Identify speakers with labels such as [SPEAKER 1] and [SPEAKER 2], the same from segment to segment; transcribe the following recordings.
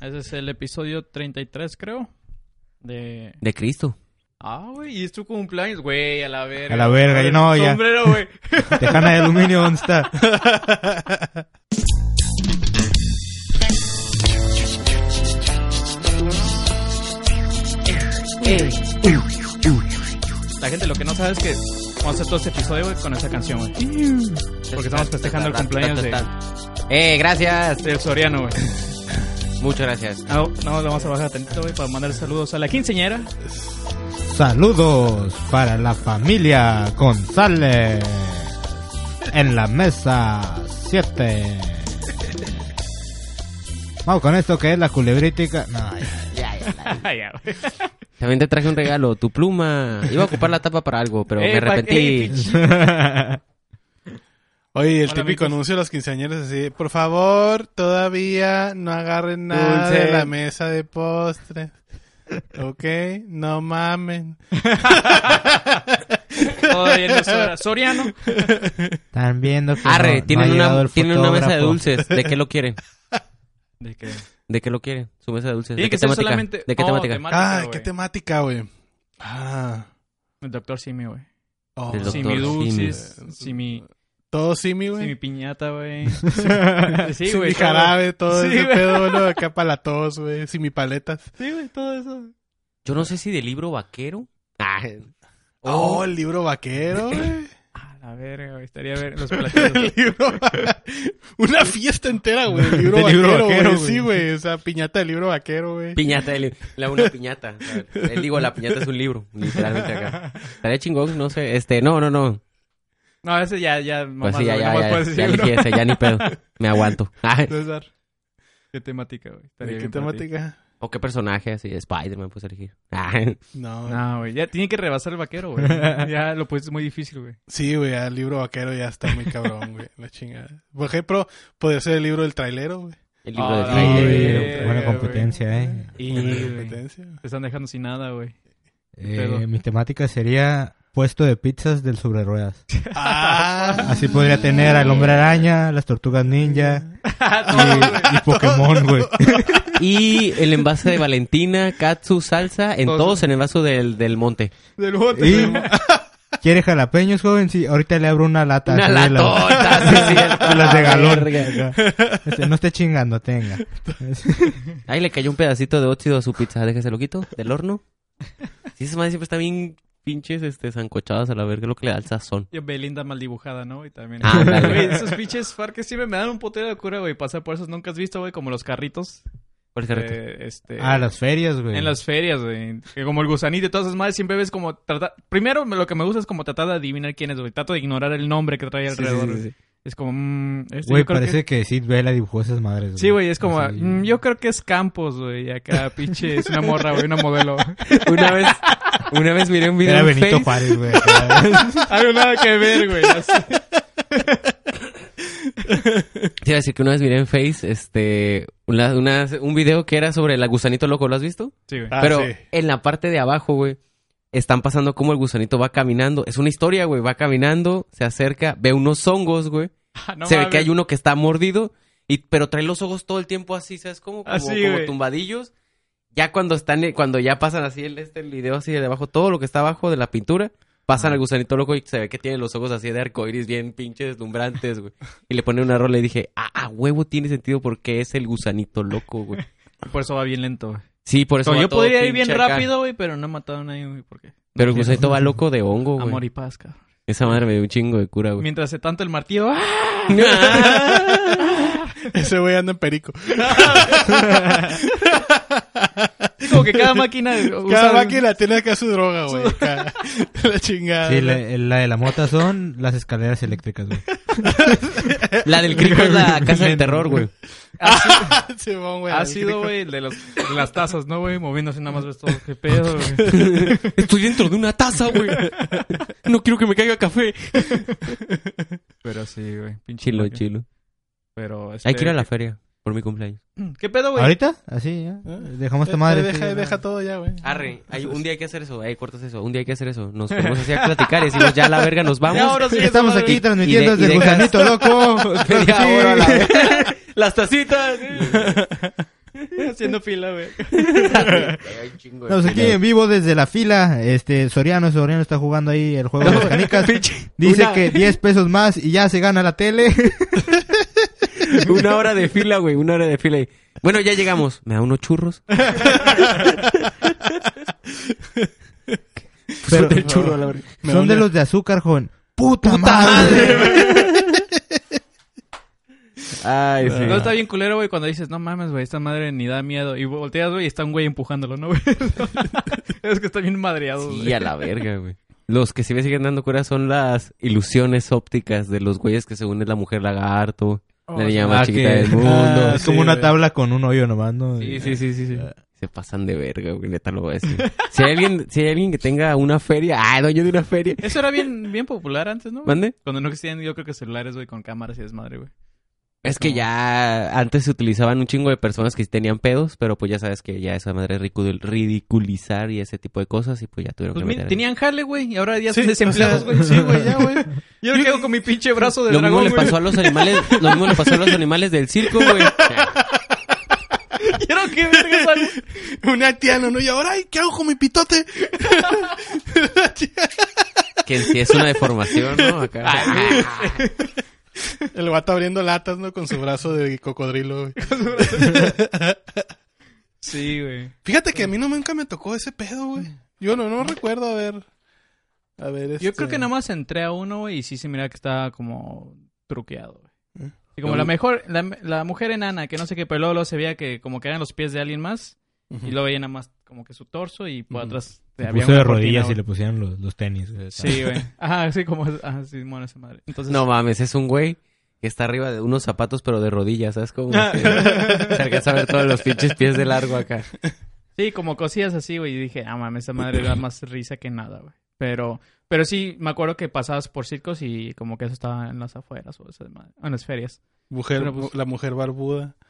[SPEAKER 1] Ese es el episodio 33, creo. De.
[SPEAKER 2] De Cristo.
[SPEAKER 1] Ah, güey, y es tu cumpleaños, güey, a la verga.
[SPEAKER 3] A la verga,
[SPEAKER 1] Con el
[SPEAKER 3] no, ya.
[SPEAKER 1] Sombrero, güey.
[SPEAKER 3] Tejana de aluminio, ¿dónde está?
[SPEAKER 1] La gente lo que no sabe es que vamos a hacer todo este episodio, güey, con esa canción, güey. Porque estamos festejando el cumpleaños de,
[SPEAKER 2] Eh, gracias.
[SPEAKER 1] del Soriano, güey.
[SPEAKER 2] Muchas gracias.
[SPEAKER 1] Ah, no, lo vamos a bajar tantito, güey, para mandar saludos a la quinceñera.
[SPEAKER 3] Saludos para la familia González. En la mesa 7. Vamos con esto que es la culebrítica. No, ya.
[SPEAKER 1] Ah, ya, güey.
[SPEAKER 2] También te traje un regalo, tu pluma. Iba a ocupar la tapa para algo, pero
[SPEAKER 1] Eh,
[SPEAKER 2] me
[SPEAKER 1] pa- eh,
[SPEAKER 2] arrepentí.
[SPEAKER 4] Oye, el
[SPEAKER 1] Hola,
[SPEAKER 4] típico
[SPEAKER 1] amigos.
[SPEAKER 4] anuncio de los quinceañeras así, por favor, todavía no agarren nada
[SPEAKER 2] Dulce.
[SPEAKER 4] de la mesa de postres. Ok, no mamen.
[SPEAKER 1] Todavía Oh, no es hora. Soriano.
[SPEAKER 3] Están viendo que no-
[SPEAKER 2] Arre,
[SPEAKER 3] no ha
[SPEAKER 2] tienen,
[SPEAKER 3] llegado
[SPEAKER 2] una,
[SPEAKER 3] el
[SPEAKER 2] tienen una mesa de
[SPEAKER 3] fotógrafo.
[SPEAKER 2] dulces. ¿De qué lo quieren?
[SPEAKER 1] ¿De qué?
[SPEAKER 2] ¿De qué lo quieren? Su mesa de dulces.
[SPEAKER 1] Tiene
[SPEAKER 2] ¿De
[SPEAKER 1] que
[SPEAKER 2] qué
[SPEAKER 1] ser
[SPEAKER 2] temática?
[SPEAKER 1] solamente.
[SPEAKER 2] ¿De qué
[SPEAKER 1] oh,
[SPEAKER 2] temática?
[SPEAKER 4] Ah,
[SPEAKER 1] güey.
[SPEAKER 4] qué temática, güey. Ah,
[SPEAKER 1] El doctor Simi, güey.
[SPEAKER 4] oh,
[SPEAKER 2] Del
[SPEAKER 4] sí,
[SPEAKER 1] Simi
[SPEAKER 2] doctor.
[SPEAKER 1] dulces,
[SPEAKER 4] Simi.
[SPEAKER 1] Simi,
[SPEAKER 4] todo simi,
[SPEAKER 1] Simi
[SPEAKER 4] güey.
[SPEAKER 1] piñata, güey.
[SPEAKER 4] Sí,
[SPEAKER 1] Sí, güey. todo.
[SPEAKER 4] jarabe, todo
[SPEAKER 1] Sí,
[SPEAKER 4] ese
[SPEAKER 1] güey.
[SPEAKER 4] pedo, bueno, acá para la tos, güey. Simi paletas.
[SPEAKER 1] Sí, güey, todo eso.
[SPEAKER 2] Yo no sé si de libro vaquero. Ah,
[SPEAKER 4] Oh, el libro vaquero, güey.
[SPEAKER 1] Ah, la verga, güey. Estaría a ver los
[SPEAKER 4] El
[SPEAKER 1] platillos.
[SPEAKER 4] libro va- Una fiesta entera, güey. El libro
[SPEAKER 3] Del libro
[SPEAKER 4] vaquero,
[SPEAKER 3] vaquero,
[SPEAKER 4] güey.
[SPEAKER 3] güey.
[SPEAKER 4] Sí, güey. O sea, piñata del libro vaquero, güey.
[SPEAKER 2] Piñata, de li- la una piñata. A ver, Él digo, la piñata es un libro, literalmente acá. Estaría chingón, no sé. Este, no, no, no.
[SPEAKER 1] No, ese ya, ya. mamá,
[SPEAKER 2] Pues sí, ya,
[SPEAKER 1] güey,
[SPEAKER 2] ya,
[SPEAKER 1] nomás
[SPEAKER 2] ya,
[SPEAKER 1] puedes
[SPEAKER 2] ya,
[SPEAKER 1] decir uno.
[SPEAKER 2] elegí ese, ya ni pedo. Me aguanto. Ah, Ay,
[SPEAKER 4] César,
[SPEAKER 1] ¿Qué temática, güey? Estaría
[SPEAKER 4] ¿de qué
[SPEAKER 1] bien para ti.
[SPEAKER 4] temática?
[SPEAKER 2] o qué personaje así, Spider-Man puedes elegir. Ah, Ay,
[SPEAKER 4] No.
[SPEAKER 1] No, güey. Ya tiene que rebasar el vaquero, güey. Ya lo pusiste muy difícil, güey.
[SPEAKER 4] Sí, güey. El libro vaquero ya está muy cabrón, güey. La chingada. Por ejemplo, podría ser el libro del trailero, güey.
[SPEAKER 2] el libro
[SPEAKER 1] Ah,
[SPEAKER 2] de
[SPEAKER 1] la
[SPEAKER 3] Sí,
[SPEAKER 2] Fray.
[SPEAKER 1] verga.
[SPEAKER 2] el libro.
[SPEAKER 3] Eh, buena
[SPEAKER 4] güey.
[SPEAKER 3] competencia, eh.
[SPEAKER 4] Buena
[SPEAKER 1] Y te
[SPEAKER 4] competencia.
[SPEAKER 1] están dejando sin nada, güey.
[SPEAKER 3] Eh,
[SPEAKER 1] Pedo.
[SPEAKER 3] Mi temática sería puesto de pizzas del sobre ruedas.
[SPEAKER 4] Ah,
[SPEAKER 3] Así podría tener al hombre araña, las tortugas ninja
[SPEAKER 1] Ah,
[SPEAKER 3] y, y Pokémon, güey.
[SPEAKER 2] Y el envase de Valentina, Katsu, salsa, en
[SPEAKER 1] Todos.
[SPEAKER 2] todos en el vaso del, del monte.
[SPEAKER 4] del bote.
[SPEAKER 3] Y, ¿Quiere jalapeños, joven? Sí, ahorita le abro una lata.
[SPEAKER 2] Una
[SPEAKER 3] así de las-
[SPEAKER 2] latota, sí, es cierto.
[SPEAKER 3] de las de galón.
[SPEAKER 2] Verga.
[SPEAKER 3] Este, no esté chingando, tenga.
[SPEAKER 2] Ay, le cayó un pedacito de óxido a su pizza. Déjese lo quito del horno. Sí, esa madre siempre está bien pinches este, zancochadas a la verga, lo que le da el sazón.
[SPEAKER 1] Y Belinda mal dibujada, ¿no? Y también.
[SPEAKER 2] Ah, dale.
[SPEAKER 1] Güey, esos pinches farques siempre me dan un potero de cura, güey. Pasar por esos nunca has visto, güey, como los carritos.
[SPEAKER 2] Por el carrito.
[SPEAKER 1] eh, este,
[SPEAKER 2] Ah,
[SPEAKER 3] A Ah, las ferias, güey.
[SPEAKER 1] En las ferias, güey. Que Como el gusanito y todas esas madres, siempre ves como tratar... Primero, me- lo que me gusta es como tratar de adivinar quién es, güey. Trato de ignorar el nombre que trae
[SPEAKER 2] Sí, sí,
[SPEAKER 1] alrededor.
[SPEAKER 2] sí,
[SPEAKER 1] güey.
[SPEAKER 2] sí.
[SPEAKER 1] Es como... mm, este
[SPEAKER 3] Güey,
[SPEAKER 1] yo creo
[SPEAKER 3] parece
[SPEAKER 1] que-
[SPEAKER 3] que, sí, Vela dibujó esas madres.
[SPEAKER 1] Sí, güey, es como...
[SPEAKER 3] Así.
[SPEAKER 1] mm, yo creo que es Campos, güey. Acá, pinche, es una morra, güey, una modelo.
[SPEAKER 2] Una vez, una vez miré un video
[SPEAKER 3] Era
[SPEAKER 2] en
[SPEAKER 3] Benito
[SPEAKER 2] Face.
[SPEAKER 3] Juárez, güey.
[SPEAKER 1] Algo nada que ver, güey. Así.
[SPEAKER 2] Te iba a decir que una vez miré en Face, este, una- una- un video que era sobre el gusanito loco, ¿lo has visto?
[SPEAKER 1] Sí, güey.
[SPEAKER 4] Ah,
[SPEAKER 2] Pero
[SPEAKER 4] sí.
[SPEAKER 2] en la parte de abajo, güey, están pasando cómo el gusanito va caminando. Es una historia, güey, va caminando, se acerca, ve unos hongos, güey.
[SPEAKER 1] Ah, no
[SPEAKER 2] se ve
[SPEAKER 1] mames.
[SPEAKER 2] que hay uno que está mordido, y, pero trae los ojos todo el tiempo así, ¿sabes? Como, como,
[SPEAKER 1] Así,
[SPEAKER 2] como
[SPEAKER 1] güey.
[SPEAKER 2] tumbadillos. Ya cuando están, eh, cuando ya pasan así el, este, el video así de abajo, todo lo que está abajo de la pintura,
[SPEAKER 1] Ah.
[SPEAKER 2] pasan al gusanito loco y se ve que tiene los ojos así de arcoiris bien pinches deslumbrantes, güey. Y le ponen una rola y dije, ah, a huevo tiene sentido porque es el gusanito loco, güey.
[SPEAKER 1] Por eso va bien lento, güey.
[SPEAKER 2] Sí, por eso
[SPEAKER 1] Como
[SPEAKER 2] va
[SPEAKER 1] yo
[SPEAKER 2] todo
[SPEAKER 1] podría ir bien
[SPEAKER 2] pinche acá.
[SPEAKER 1] rápido, güey, pero no he matado a nadie, güey, porque...
[SPEAKER 2] Pero el gusanito va loco de hongo,
[SPEAKER 1] Amor
[SPEAKER 2] güey.
[SPEAKER 1] y paz, cabrón.
[SPEAKER 2] Esa madre me dio un chingo de cura, güey.
[SPEAKER 1] Mientras se tanto el martillo... ¡ah!
[SPEAKER 4] Ese güey anda en perico.
[SPEAKER 1] Es como que cada máquina...
[SPEAKER 4] Cada
[SPEAKER 1] usa-
[SPEAKER 4] máquina tiene acá su droga, güey. acá. La chingada.
[SPEAKER 3] Sí, la, la de la mota son las escaleras eléctricas, güey.
[SPEAKER 2] La del crico es la casa del terror, güey.
[SPEAKER 4] Simón, güey,
[SPEAKER 1] Ha
[SPEAKER 4] el
[SPEAKER 1] sido,
[SPEAKER 4] crico.
[SPEAKER 1] güey, el de, los- de las tazas, ¿no, güey? Moviéndose nada más ves todo. ¿Qué pedo, güey?
[SPEAKER 2] Estoy dentro de una taza, güey. No quiero que me caiga café.
[SPEAKER 1] Pero sí, güey. Pinche
[SPEAKER 2] Chilo,
[SPEAKER 1] máquina.
[SPEAKER 2] chilo.
[SPEAKER 1] Pero... este,
[SPEAKER 2] Hay que ir a la feria por mi cumpleaños.
[SPEAKER 1] ¿Qué pedo, güey?
[SPEAKER 3] ¿Ahorita? Así, ya. Dejamos esta
[SPEAKER 4] Eh,
[SPEAKER 3] madre. sí,
[SPEAKER 4] Deja,
[SPEAKER 3] ya.
[SPEAKER 4] deja todo ya, güey.
[SPEAKER 2] Arre, hay, un día hay que hacer eso. Ahí cortas eso. Un día hay que hacer eso. Nos ponemos así a platicar y decimos, ya a la verga, nos vamos.
[SPEAKER 1] Ya, ahora sí,
[SPEAKER 3] Estamos
[SPEAKER 1] esa madre.
[SPEAKER 3] aquí transmitiendo
[SPEAKER 2] y de-
[SPEAKER 3] desde el
[SPEAKER 2] y dejas-
[SPEAKER 3] gusanito loco.
[SPEAKER 2] Media
[SPEAKER 3] Sí.
[SPEAKER 2] hora a la verga. Las tacitas.
[SPEAKER 1] Haciendo fila, güey.
[SPEAKER 2] Hay un chingo de
[SPEAKER 3] Estamos aquí en vivo desde la fila. Este, Soriano, Soriano está jugando ahí el juego de las canicas. Dice
[SPEAKER 2] Una-
[SPEAKER 3] que 10 pesos más y ya se gana la tele.
[SPEAKER 2] Una hora de fila, güey, una hora de fila. y, Bueno, ya llegamos. ¿Me da unos churros?
[SPEAKER 3] Pero-
[SPEAKER 2] Pero, el churro a la verga.
[SPEAKER 4] Me
[SPEAKER 3] Son de
[SPEAKER 4] duele.
[SPEAKER 3] los de azúcar, joven. ¡Puta, madre!
[SPEAKER 2] Ay, sí.
[SPEAKER 1] No está bien culero, güey, cuando dices, no mames, güey, esta madre ni da miedo. Y volteas, güey, y está un güey empujándolo, ¿no, güey? es que está bien madreado, güey.
[SPEAKER 2] Sí, a la verga, güey. Los que sí me siguen dando cura son las ilusiones ópticas de los güeyes que según es la mujer lagarto,
[SPEAKER 1] Oh,
[SPEAKER 2] la niña
[SPEAKER 1] sí.
[SPEAKER 2] más
[SPEAKER 3] ah,
[SPEAKER 2] chiquita
[SPEAKER 3] que-
[SPEAKER 2] del mundo.
[SPEAKER 4] Ah,
[SPEAKER 3] es como
[SPEAKER 4] Sí,
[SPEAKER 3] una
[SPEAKER 4] güey.
[SPEAKER 3] tabla con un hoyo nomás, ¿no?
[SPEAKER 1] Sí, sí, sí, sí, sí.
[SPEAKER 2] Se pasan de verga, güey, neta lo voy a decir. Si hay alguien, si hay alguien que tenga una feria, ah, dueño de una feria.
[SPEAKER 1] Eso era bien, bien popular antes, ¿no? güey?
[SPEAKER 2] ¿Mande?
[SPEAKER 1] Cuando no existían, yo creo que celulares, güey, con cámaras y desmadre, güey.
[SPEAKER 2] Es que
[SPEAKER 1] Como-
[SPEAKER 2] ya antes se utilizaban un chingo de personas que sí tenían pedos, pero pues ya sabes que ya esa madre es ridicu- ridiculizar y ese tipo de cosas y pues ya tuvieron
[SPEAKER 1] Pues
[SPEAKER 2] que
[SPEAKER 1] mi-
[SPEAKER 2] meter.
[SPEAKER 1] tenían jale, güey, y ahora ya
[SPEAKER 4] Sí,
[SPEAKER 1] son desempleados,
[SPEAKER 4] o sea,
[SPEAKER 1] güey.
[SPEAKER 4] sí, güey, ya, güey.
[SPEAKER 1] Yo lo que hago con mi pinche brazo de
[SPEAKER 2] Lo mismo
[SPEAKER 1] dragón,
[SPEAKER 2] le
[SPEAKER 1] güey.
[SPEAKER 2] pasó a los animales, lo mismo le pasó a los animales del circo, güey.
[SPEAKER 1] Yo no, qué verga es algo.
[SPEAKER 4] Un haitiano, ¿no? Y ahora, ay, ¿qué hago con mi pitote?
[SPEAKER 2] Que en sí es una deformación, ¿no? Acá. ah,
[SPEAKER 4] El vato abriendo latas, ¿no? Con su brazo de cocodrilo, güey.
[SPEAKER 1] Sí, güey.
[SPEAKER 4] Fíjate que a mí no nunca me tocó ese pedo, güey. Yo no, no recuerdo, a ver. A ver, este,
[SPEAKER 1] Yo creo que
[SPEAKER 4] más
[SPEAKER 1] nada más entré a uno, güey, y sí se mira que estaba como truqueado, güey.
[SPEAKER 4] ¿Eh?
[SPEAKER 1] Y como la mejor, la, la mujer enana, que no sé qué peló, luego se veía que como que eran los pies de alguien más, y lo veía nada más como que su torso y por
[SPEAKER 4] Ujú.
[SPEAKER 1] atrás
[SPEAKER 3] Se
[SPEAKER 1] había
[SPEAKER 3] puso
[SPEAKER 1] una cortina,
[SPEAKER 3] de rodillas y
[SPEAKER 1] güey.
[SPEAKER 3] le pusieron los, los tenis. güey.
[SPEAKER 1] Sí, güey. Ajá, sí, como... Ajá, sí, bueno, esa madre. Entonces...
[SPEAKER 2] No mames, es un güey que está arriba de unos zapatos pero de rodillas, ¿sabes cómo? Que Se alcanza a ver todos los pinches pies de largo acá.
[SPEAKER 1] Sí, como cosillas así, güey. Y dije, ah, mames, esa madre da más risa que nada, güey. Pero, pero sí, me acuerdo que pasabas por circos y como que eso estaba en las afueras o esa madre- en las ferias.
[SPEAKER 4] Mujer,
[SPEAKER 1] Pero pues-
[SPEAKER 4] la mujer barbuda.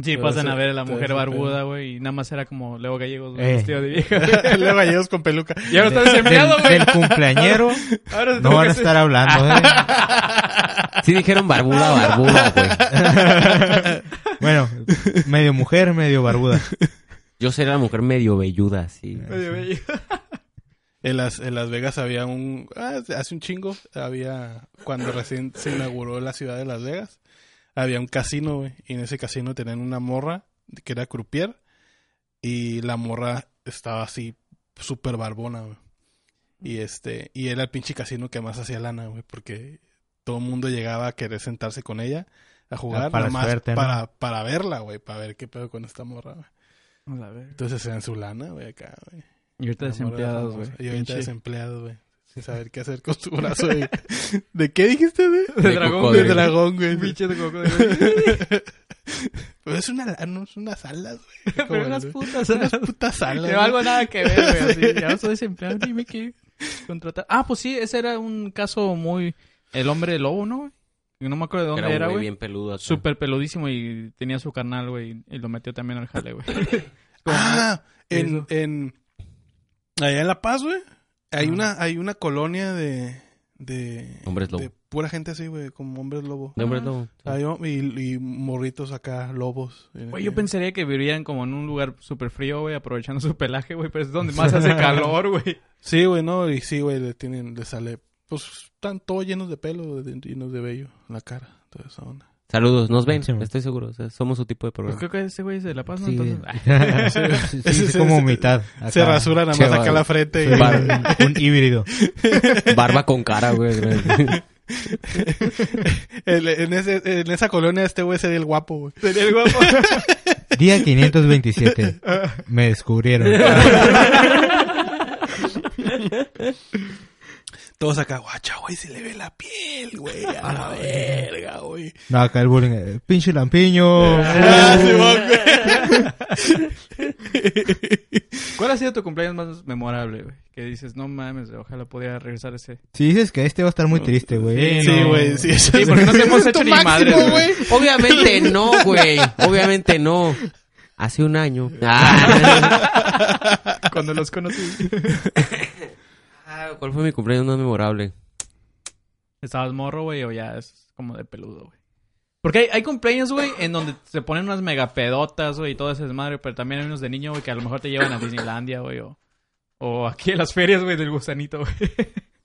[SPEAKER 1] Sí,
[SPEAKER 4] Pero
[SPEAKER 1] pasan
[SPEAKER 4] eso-
[SPEAKER 1] a ver a la
[SPEAKER 4] todo
[SPEAKER 1] mujer
[SPEAKER 4] ese
[SPEAKER 1] barbuda, güey. Y nada más era como Leo Gallegos, güey,
[SPEAKER 3] Eh.
[SPEAKER 1] vestido de vieja. güey.
[SPEAKER 4] Luego gallegos con peluca.
[SPEAKER 1] Y ahora está
[SPEAKER 3] Del,
[SPEAKER 1] desempleado, güey.
[SPEAKER 3] del cumpleañero
[SPEAKER 1] Ahora se
[SPEAKER 3] no
[SPEAKER 1] tuvo
[SPEAKER 3] van a
[SPEAKER 1] que hacer-
[SPEAKER 3] estar hablando, ¿eh?
[SPEAKER 2] Sí dijeron barbuda, barbuda, güey.
[SPEAKER 3] Bueno, medio mujer, medio barbuda.
[SPEAKER 2] Yo sería la mujer medio velluda, sí.
[SPEAKER 1] Medio bello.
[SPEAKER 4] En las, en las Vegas había un... ah, hace un chingo había... Cuando recién se inauguró la ciudad de Las Vegas, había un casino, güey. Y en ese casino tenían una morra que era croupier. Y la morra estaba así súper barbona, güey. Y este... Y era el pinche casino que más hacía lana, güey. Porque todo el mundo llegaba a querer sentarse con ella a jugar.
[SPEAKER 3] Ah, para
[SPEAKER 4] nomás
[SPEAKER 3] suerte, ¿no?
[SPEAKER 4] para, para verla, güey. Para ver qué pedo con esta morra, güey.
[SPEAKER 1] Vamos a ver.
[SPEAKER 4] Entonces se dan su lana, güey, acá, güey.
[SPEAKER 1] Y ahorita desempleados, güey.
[SPEAKER 4] Y ahorita
[SPEAKER 1] Pinche-
[SPEAKER 4] desempleados, güey. Sin saber qué hacer con su brazo de... ¿De qué dijiste, güey?
[SPEAKER 1] De dragón,
[SPEAKER 2] De
[SPEAKER 4] De
[SPEAKER 2] cocodrilo.
[SPEAKER 1] güey.
[SPEAKER 4] dragón, güey.
[SPEAKER 1] Pinche de cocodrilo.
[SPEAKER 4] Pero es una, ah, no, es unas alas, güey.
[SPEAKER 1] Pero
[SPEAKER 4] Como
[SPEAKER 1] unas
[SPEAKER 4] el-
[SPEAKER 1] putas.
[SPEAKER 4] unas putas alas.
[SPEAKER 1] Que
[SPEAKER 4] güey.
[SPEAKER 1] algo nada que ver, güey. así, Ya estoy desempleado, dime qué contratar. Ah, pues sí, ese era un caso muy... El hombre lobo, ¿no? No me acuerdo de
[SPEAKER 2] Era
[SPEAKER 1] dónde
[SPEAKER 2] un
[SPEAKER 1] era,
[SPEAKER 2] güey
[SPEAKER 1] güey.
[SPEAKER 2] bien peludo. acá.
[SPEAKER 1] Súper peludísimo y tenía su canal, güey. Y lo metió también al jale, güey. Como-
[SPEAKER 4] Ah, en,
[SPEAKER 1] Eso.
[SPEAKER 4] en... Allá en La Paz, güey. Hay,
[SPEAKER 1] Ah.
[SPEAKER 4] una, hay una colonia de... de
[SPEAKER 2] Hombres lobo.
[SPEAKER 4] De pura gente así, güey. Como hombres lobo.
[SPEAKER 2] De hombre lobo.
[SPEAKER 4] Hay hom- y, y morritos acá, lobos.
[SPEAKER 1] Güey, yo pensaría que vivirían como en un lugar súper frío, güey, aprovechando su pelaje, güey, pero es donde más hace calor, güey.
[SPEAKER 4] Sí, güey, no, y sí, güey, le tienen, le sale, pues, están todos llenos de pelo, de- llenos de vello en la cara, toda esa onda.
[SPEAKER 2] Saludos, nos ven,
[SPEAKER 3] Sí, güey.
[SPEAKER 2] estoy seguro. o sea, somos su tipo de
[SPEAKER 1] Pues
[SPEAKER 2] programa.
[SPEAKER 1] creo que ese güey es de La Paz, ¿no?
[SPEAKER 2] Sí.
[SPEAKER 1] Entonces, ah,
[SPEAKER 3] Sí, sí, sí, como mitad. acá.
[SPEAKER 4] Se rasura nada
[SPEAKER 2] Che,
[SPEAKER 4] más acá
[SPEAKER 2] vale.
[SPEAKER 4] la frente y...
[SPEAKER 3] Sí, un, un híbrido.
[SPEAKER 2] Barba con cara, güey.
[SPEAKER 4] El- en, ese- en esa colonia este güey sería el guapo, güey.
[SPEAKER 1] sería el guapo.
[SPEAKER 3] Día 527. Me descubrieron.
[SPEAKER 4] Todos acá, guacha, güey, se le ve la piel, güey, a la verga, güey.
[SPEAKER 3] No, acá el bullying. eh, Pinche lampiño.
[SPEAKER 4] Ah, Simón, güey.
[SPEAKER 1] ¿Cuál ha sido tu cumpleaños más memorable, güey? Que dices, no mames, ojalá pudiera regresar ese.
[SPEAKER 3] Si dices que este va a estar muy triste, güey.
[SPEAKER 4] Sí,
[SPEAKER 3] no.
[SPEAKER 4] güey, sí. eso
[SPEAKER 1] Sí,
[SPEAKER 4] es-
[SPEAKER 1] porque no te hemos
[SPEAKER 4] es
[SPEAKER 1] hecho
[SPEAKER 4] tu
[SPEAKER 1] ni
[SPEAKER 4] máximo,
[SPEAKER 1] madre, güey.
[SPEAKER 2] Obviamente no, güey. Obviamente no. Hace un año. Ah,
[SPEAKER 1] Cuando los conocí.
[SPEAKER 2] Ah, ¿Cuál fue mi cumpleaños más memorable?
[SPEAKER 1] ¿Estabas morro, güey, o ya es como de peludo, güey? Porque hay, hay cumpleaños, güey, en donde se ponen unas megapedotas, güey, y todo ese desmadre, pero también hay unos de niño, güey, que a lo mejor te llevan a Disneylandia, güey, o, o aquí en las ferias, güey, del gusanito, güey.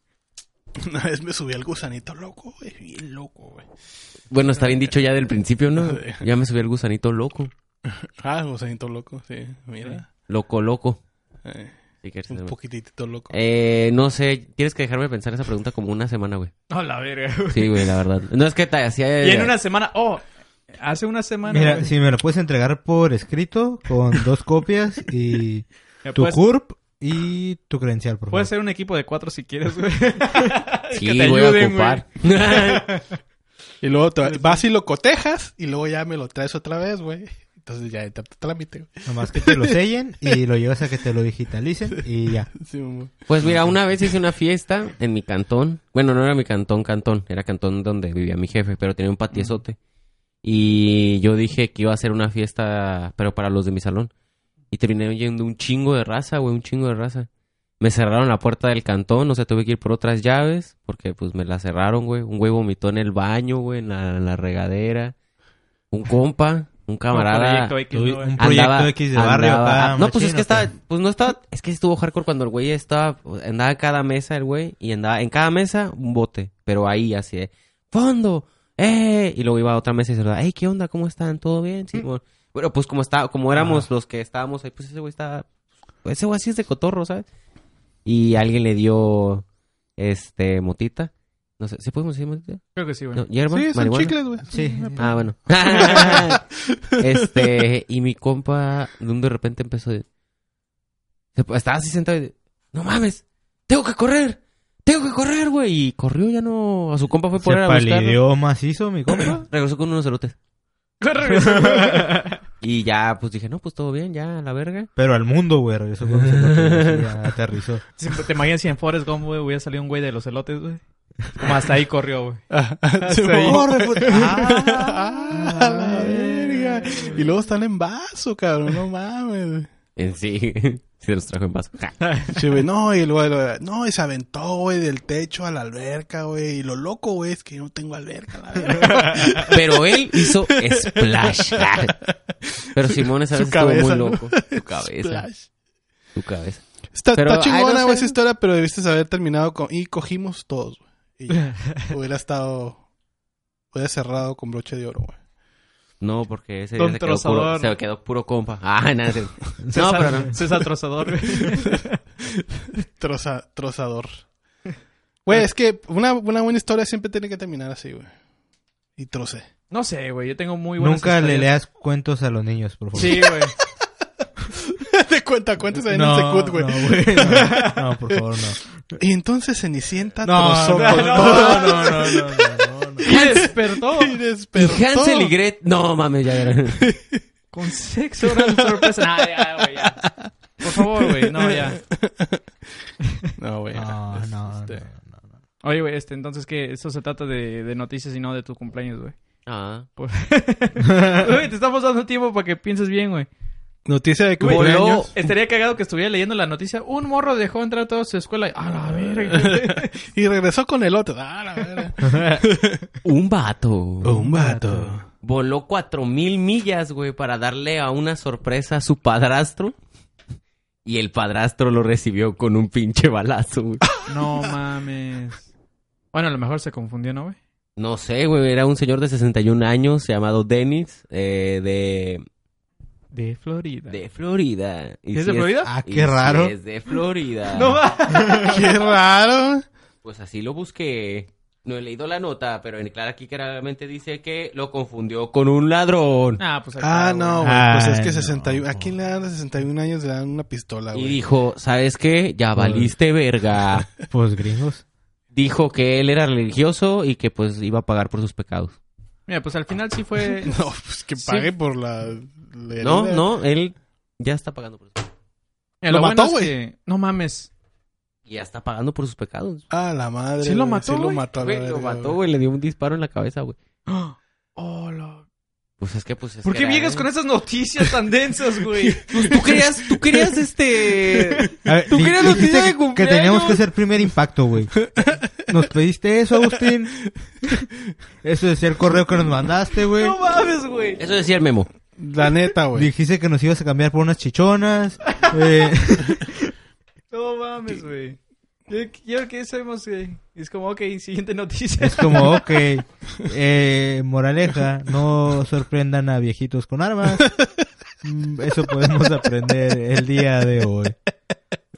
[SPEAKER 4] Una vez me subí al gusanito loco, güey. Bien loco, güey.
[SPEAKER 2] Bueno, está bien dicho ya del principio, ¿no? Ya me subí al gusanito loco.
[SPEAKER 4] Ah, gusanito loco, sí. Mira.
[SPEAKER 2] Loco, loco.
[SPEAKER 4] Eh,
[SPEAKER 2] Si quieres
[SPEAKER 4] un
[SPEAKER 2] hacerme-
[SPEAKER 4] poquitito loco.
[SPEAKER 2] Eh, no sé, tienes que dejarme pensar esa pregunta como una semana, güey.
[SPEAKER 1] No, la verga, güey.
[SPEAKER 2] Sí, güey, la verdad. No es que te hacía...
[SPEAKER 1] Y en una semana, oh, hace una semana,
[SPEAKER 3] Mira,
[SPEAKER 1] güey,
[SPEAKER 3] si me lo puedes entregar por escrito, con dos copias y
[SPEAKER 1] me
[SPEAKER 3] tu
[SPEAKER 1] puedes,
[SPEAKER 3] CURP y tu credencial, por favor.
[SPEAKER 1] puedes ser un equipo de cuatro si quieres, güey.
[SPEAKER 2] Sí,
[SPEAKER 1] Que te
[SPEAKER 2] voy
[SPEAKER 1] ayuden,
[SPEAKER 2] a ocupar.
[SPEAKER 4] Y luego te- vas y lo cotejas y luego ya me lo traes otra vez, güey. Entonces ya entra tu trámite, güey.
[SPEAKER 3] Nomás que te lo sellen y lo llevas a que te lo digitalicen y ya.
[SPEAKER 4] Sí, mamá.
[SPEAKER 2] pues mira, una vez hice una fiesta en mi cantón. Bueno, no era mi cantón, cantón. Era cantón donde vivía mi jefe, pero tenía un patiezote. Y yo dije que iba a hacer una fiesta, pero para los de mi salón. Y terminé yendo un chingo de raza, güey, un chingo de raza. Me cerraron la puerta del cantón, o sea, tuve que ir por otras llaves, porque pues me la cerraron, güey. Un güey vomitó en el baño, güey, en la, en la regadera. Un compa, un camarada.
[SPEAKER 1] Proyecto X,
[SPEAKER 3] Uy,
[SPEAKER 1] ¿no, eh. Ah, güey?
[SPEAKER 3] un- proyecto X de barrio acá,
[SPEAKER 2] ah, No, pues
[SPEAKER 3] machín,
[SPEAKER 2] es que
[SPEAKER 3] ¿o qué?
[SPEAKER 2] estaba, pues no estaba, es que estuvo hardcore cuando el güey estaba, andaba a cada mesa el güey y andaba en cada mesa un bote, pero ahí así de, fondo, eh, y luego iba a otra mesa y se hey, ¿qué onda? ¿Cómo están? ¿Todo bien?
[SPEAKER 3] Mm.
[SPEAKER 2] Sí, bueno. Bueno, pues como estaba, como
[SPEAKER 3] Ah.
[SPEAKER 2] éramos los que estábamos ahí, pues ese güey estaba, pues ese güey así es de cotorro, ¿sabes? Y alguien le dio, este, motita, no sé, ¿se puede decir motita?
[SPEAKER 1] Creo que sí, güey.
[SPEAKER 2] No, hierba,
[SPEAKER 4] Sí, son
[SPEAKER 2] marihuana.
[SPEAKER 4] chicles, güey.
[SPEAKER 3] Sí.
[SPEAKER 2] Ah, bueno. este, y mi compa de un de repente empezó de... se- Estaba así sentado y de, No mames, tengo que correr, tengo que correr, güey. Y corrió ya no... A su compa fue
[SPEAKER 3] Se
[SPEAKER 2] por él a buscarlo.
[SPEAKER 3] palideó macizo, mi compa.
[SPEAKER 2] Regresó con unos celotes. Y ya, pues dije, no, pues todo bien, ya, a la verga.
[SPEAKER 3] Pero al mundo, güey. Regresó con nosotros, ya aterrizó.
[SPEAKER 1] Siempre te imaginas si en Forrest Gump, güey, hubiera salido un güey de los elotes, güey. Como hasta ahí corrió, güey.
[SPEAKER 4] Ah, sí,
[SPEAKER 1] Hasta ahí.
[SPEAKER 4] mamá.
[SPEAKER 3] ¡Corre, pues. puta!
[SPEAKER 4] Ah, a la verga. Y luego están en vaso, cabrón. No mames, güey.
[SPEAKER 2] En sí, se los trajo en vaso. Ja.
[SPEAKER 4] Sí, güey, no, y luego, luego- no, y se aventó, güey, del techo a la alberca, güey. Y lo loco, güey, es que yo no tengo alberca, la verga.
[SPEAKER 2] Pero él hizo splash. Ja. Pero Simón esa
[SPEAKER 4] Su
[SPEAKER 2] vez estuvo
[SPEAKER 4] cabeza,
[SPEAKER 2] muy
[SPEAKER 4] ¿no?
[SPEAKER 2] loco. Tu cabeza,
[SPEAKER 4] Splash.
[SPEAKER 2] tu cabeza.
[SPEAKER 4] Está,
[SPEAKER 2] Pero,
[SPEAKER 4] está
[SPEAKER 2] ay, no
[SPEAKER 4] chingona,
[SPEAKER 2] sé.
[SPEAKER 4] güey, esa historia, pero debiste haber terminado con... Y cogimos todos, güey. Y ya. hubiera estado... Hubiera cerrado con broche de oro, güey.
[SPEAKER 2] No, porque ese
[SPEAKER 1] Don
[SPEAKER 2] día se quedó, puro,
[SPEAKER 1] Trozador.
[SPEAKER 2] se quedó puro compa. Ah, nada. se- No,
[SPEAKER 1] César-
[SPEAKER 2] pero no.
[SPEAKER 1] César Trozador, güey.
[SPEAKER 4] Troza- trozador. Güey, es que una, una buena historia siempre tiene que terminar así, güey. Y trocé.
[SPEAKER 1] No sé, güey. Yo tengo muy buenas
[SPEAKER 3] Nunca le
[SPEAKER 1] historias.
[SPEAKER 3] leas cuentos a los niños, por favor.
[SPEAKER 1] Sí, güey.
[SPEAKER 4] Te cuenta, cuentas ahí en el
[SPEAKER 3] No,
[SPEAKER 4] Secut, güey.
[SPEAKER 3] no, güey, no, no, por favor, no.
[SPEAKER 4] Y entonces Cenicienta
[SPEAKER 3] No,
[SPEAKER 4] trozó
[SPEAKER 3] Ah, no,
[SPEAKER 4] con
[SPEAKER 3] no, no,
[SPEAKER 4] todo
[SPEAKER 3] no, no, no, no, no.
[SPEAKER 1] Y despertó
[SPEAKER 4] y
[SPEAKER 2] Y
[SPEAKER 4] despertó.
[SPEAKER 2] Hansel y Gret. No, mames, ya era.
[SPEAKER 1] con sexo gran sorpresa. Nah, ya, güey, ya. Por favor, güey. No, ya.
[SPEAKER 4] No, güey.
[SPEAKER 3] No,
[SPEAKER 4] es-
[SPEAKER 3] no,
[SPEAKER 4] este,
[SPEAKER 3] no, no.
[SPEAKER 1] Oye, güey, este, entonces, que Eso se trata de, de noticias y no de tu cumpleaños, güey.
[SPEAKER 2] Ah.
[SPEAKER 1] Güey, te estamos dando tiempo para que pienses bien, güey.
[SPEAKER 4] Noticia de
[SPEAKER 1] Güey,
[SPEAKER 4] cumpleaños.
[SPEAKER 2] voló.
[SPEAKER 1] Estaría cagado que estuviera leyendo la noticia. Un morro dejó entrar a toda su escuela. A la verga.
[SPEAKER 4] Y regresó con el otro. Ah, la verga.
[SPEAKER 2] Un
[SPEAKER 1] Oh.
[SPEAKER 2] vato.
[SPEAKER 4] Un vato.
[SPEAKER 2] Voló cuatro mil millas, güey, para darle a una sorpresa a su padrastro. Y el padrastro lo recibió con un pinche balazo, güey.
[SPEAKER 1] No mames. Bueno, a lo mejor se confundió, ¿no, güey?
[SPEAKER 2] No sé, güey. Era un señor de 61 años llamado Dennis, eh, de,
[SPEAKER 1] De Florida.
[SPEAKER 2] de Florida. Y
[SPEAKER 1] ¿Es
[SPEAKER 2] sí
[SPEAKER 1] de Florida?
[SPEAKER 3] Ah,
[SPEAKER 2] y
[SPEAKER 3] qué
[SPEAKER 2] sí
[SPEAKER 3] raro.
[SPEAKER 2] es de Florida.
[SPEAKER 1] No mames.
[SPEAKER 4] Qué raro.
[SPEAKER 2] Pues así lo busqué. No he leído la nota, pero en clara aquí claramente dice que lo confundió con un ladrón.
[SPEAKER 1] Ah, pues ahí
[SPEAKER 4] Ah,
[SPEAKER 1] está, güey.
[SPEAKER 4] no, güey. Pues es
[SPEAKER 3] Ay,
[SPEAKER 4] que
[SPEAKER 3] no,
[SPEAKER 4] 61. ¿A
[SPEAKER 3] güey.
[SPEAKER 4] quién le dan a 61 años? Le dan una pistola,
[SPEAKER 2] y
[SPEAKER 4] güey.
[SPEAKER 2] dijo, ¿sabes qué? Ya valiste verga.
[SPEAKER 3] Pues gringos.
[SPEAKER 2] Dijo que él era religioso y que pues iba a pagar por sus pecados.
[SPEAKER 1] Mira, pues al final sí fue.
[SPEAKER 4] No, pues que pague por la. la
[SPEAKER 2] No,
[SPEAKER 4] herida.
[SPEAKER 2] no, él ya está pagando por sus pecados.
[SPEAKER 1] Mira,
[SPEAKER 4] Lo
[SPEAKER 1] bueno
[SPEAKER 4] mató,
[SPEAKER 1] es que- No mames.
[SPEAKER 2] Ya está pagando por sus pecados.
[SPEAKER 4] Ah, la madre.
[SPEAKER 1] Sí lo
[SPEAKER 4] güey,
[SPEAKER 1] mató,
[SPEAKER 4] Sí lo
[SPEAKER 1] güey.
[SPEAKER 4] mató, a la
[SPEAKER 2] Güey, lo
[SPEAKER 4] verga,
[SPEAKER 2] mató, güey. Le dio un disparo en la cabeza, güey.
[SPEAKER 1] Oh, lo-
[SPEAKER 2] Pues es que, pues es
[SPEAKER 1] ¿Por
[SPEAKER 2] que
[SPEAKER 1] qué
[SPEAKER 2] era-
[SPEAKER 1] vienes con esas noticias tan densas, güey?
[SPEAKER 2] Pues tú querías, tú querías este...
[SPEAKER 3] A ver,
[SPEAKER 2] ¿Tú
[SPEAKER 3] di-
[SPEAKER 2] crees los
[SPEAKER 3] dijiste
[SPEAKER 2] videos de
[SPEAKER 3] que- Que
[SPEAKER 2] cumpleaños?
[SPEAKER 3] teníamos que hacer primer impacto, güey. Nos pediste eso, Agustín. Eso decía el correo que nos mandaste, güey.
[SPEAKER 1] No mames, güey.
[SPEAKER 2] Eso decía el memo.
[SPEAKER 4] La neta, güey.
[SPEAKER 3] Dijiste que nos ibas a cambiar por unas chichonas. eh,
[SPEAKER 1] No mames, güey. Yo, yo que sabemos, güey. Es como, ok, siguiente noticia.
[SPEAKER 3] es como, ok. eh, moraleja, no sorprendan a viejitos con armas. Mm, Eso podemos aprender el día de hoy.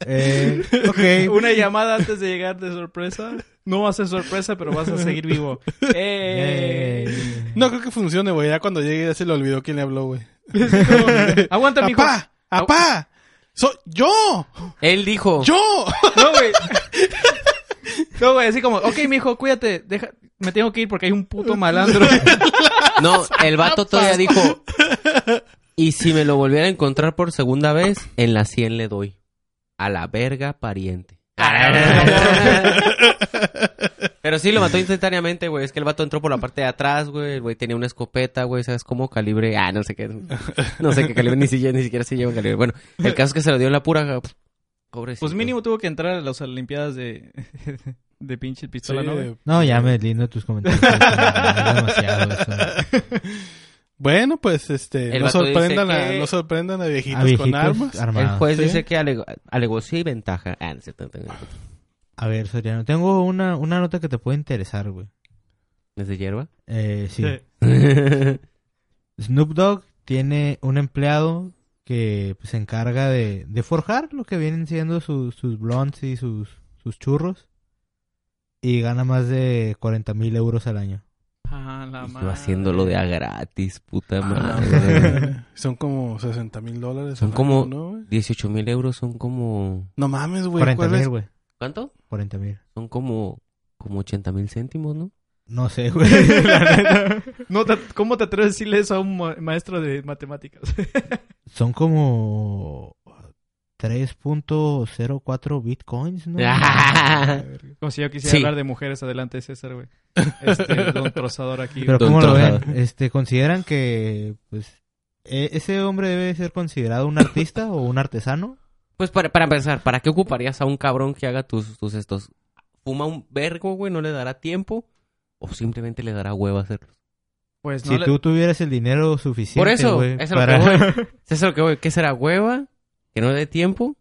[SPEAKER 3] Eh, ok.
[SPEAKER 1] Una llamada antes de llegar de sorpresa. No va a ser sorpresa, pero vas a seguir vivo. ¡Eh!
[SPEAKER 3] Eh,
[SPEAKER 4] No creo que funcione, güey. Ya cuando llegue ya se le olvidó quién le habló, güey.
[SPEAKER 1] Aguanta, mijo.
[SPEAKER 4] ¡Apá! ¡Apá! ¡Soy yo!
[SPEAKER 2] Él dijo...
[SPEAKER 4] ¡Yo!
[SPEAKER 1] No, güey. No, güey, así como, ok, mijo, cuídate. Deja, me tengo que ir porque hay un puto malandro.
[SPEAKER 2] No, el vato todavía dijo... Y si me lo volviera a encontrar por segunda vez, en la 100 le doy. A la verga pariente. Pero sí, lo mató instantáneamente, güey. Es que el vato entró por la parte de atrás, güey. El güey tenía una escopeta, güey. ¿Sabes cómo? Calibre... Ah, no sé qué. No sé qué calibre. Ni siquiera, ni siquiera se lleva un calibre. Bueno, el caso es que se lo dio en la pura... Pobrecito.
[SPEAKER 1] Pues mínimo tuvo que entrar a las Olimpiadas de, de pinche pistola, ¿no? güey?
[SPEAKER 4] Sí,
[SPEAKER 3] No, ya me lindo de tus comentarios. Es demasiado eso.
[SPEAKER 4] Bueno, pues este,
[SPEAKER 2] El
[SPEAKER 4] no
[SPEAKER 2] vato
[SPEAKER 4] sorprendan,
[SPEAKER 2] dice
[SPEAKER 4] a,
[SPEAKER 2] que-
[SPEAKER 4] no sorprendan a viejitos,
[SPEAKER 3] a viejitos
[SPEAKER 4] pues, con armas.
[SPEAKER 2] El
[SPEAKER 3] armados.
[SPEAKER 2] juez
[SPEAKER 4] Sí.
[SPEAKER 2] dice que alegó, alegó sí ventaja. Ah, no es cierto, no tengo-
[SPEAKER 3] A ver, Soriano, tengo una, una nota que te puede interesar, güey.
[SPEAKER 2] ¿Es de hierba?
[SPEAKER 3] Eh, sí.
[SPEAKER 1] Sí.
[SPEAKER 3] Snoop Dogg tiene un empleado que pues, se encarga de, de forjar lo que vienen siendo sus, sus blunts y sus, sus churros. Y gana más de 40 mil euros al año.
[SPEAKER 1] Ah, la
[SPEAKER 2] Y yo
[SPEAKER 1] madre.
[SPEAKER 2] haciéndolo de a gratis, puta
[SPEAKER 1] Ah,
[SPEAKER 2] madre.
[SPEAKER 4] Son como 60 mil dólares.
[SPEAKER 2] Son
[SPEAKER 4] al
[SPEAKER 2] como-
[SPEAKER 4] año, ¿no, güey?
[SPEAKER 2] 18 mil euros son como...
[SPEAKER 4] No mames, güey.
[SPEAKER 3] 40
[SPEAKER 4] ¿cuál
[SPEAKER 3] mil,
[SPEAKER 4] es?
[SPEAKER 3] güey.
[SPEAKER 2] ¿Cuánto?
[SPEAKER 3] 40 mil.
[SPEAKER 2] Son como... Como 80 mil céntimos, ¿no?
[SPEAKER 3] No sé, güey.
[SPEAKER 1] No te- ¿Cómo te atreves a decirle eso a un ma- maestro de matemáticas?
[SPEAKER 3] Son como 3.04 bitcoins, ¿no?
[SPEAKER 2] Ah,
[SPEAKER 1] Como si yo quisiera
[SPEAKER 2] Sí.
[SPEAKER 1] hablar de mujeres adelante, César, güey. Este, don trozador aquí.
[SPEAKER 3] Pero
[SPEAKER 2] Don
[SPEAKER 3] ¿cómo lo ven?
[SPEAKER 2] Trozado.
[SPEAKER 3] Este, ¿Consideran que pues, e- ese hombre debe ser considerado un artista o un artesano?
[SPEAKER 2] Pues para, para empezar, ¿para qué ocuparías a un cabrón que haga tus, tus estos? ¿Fuma un vergo, güey? ¿No le dará tiempo? ¿O simplemente le dará hueva hacerlo?
[SPEAKER 1] Pues no
[SPEAKER 3] si
[SPEAKER 1] le-
[SPEAKER 3] tú tuvieras el dinero suficiente,
[SPEAKER 2] Por eso,
[SPEAKER 3] güey,
[SPEAKER 2] eso es lo
[SPEAKER 3] para-
[SPEAKER 2] que voy. Eso es lo que voy. ¿Qué será hueva? ¿Que no le dé tiempo?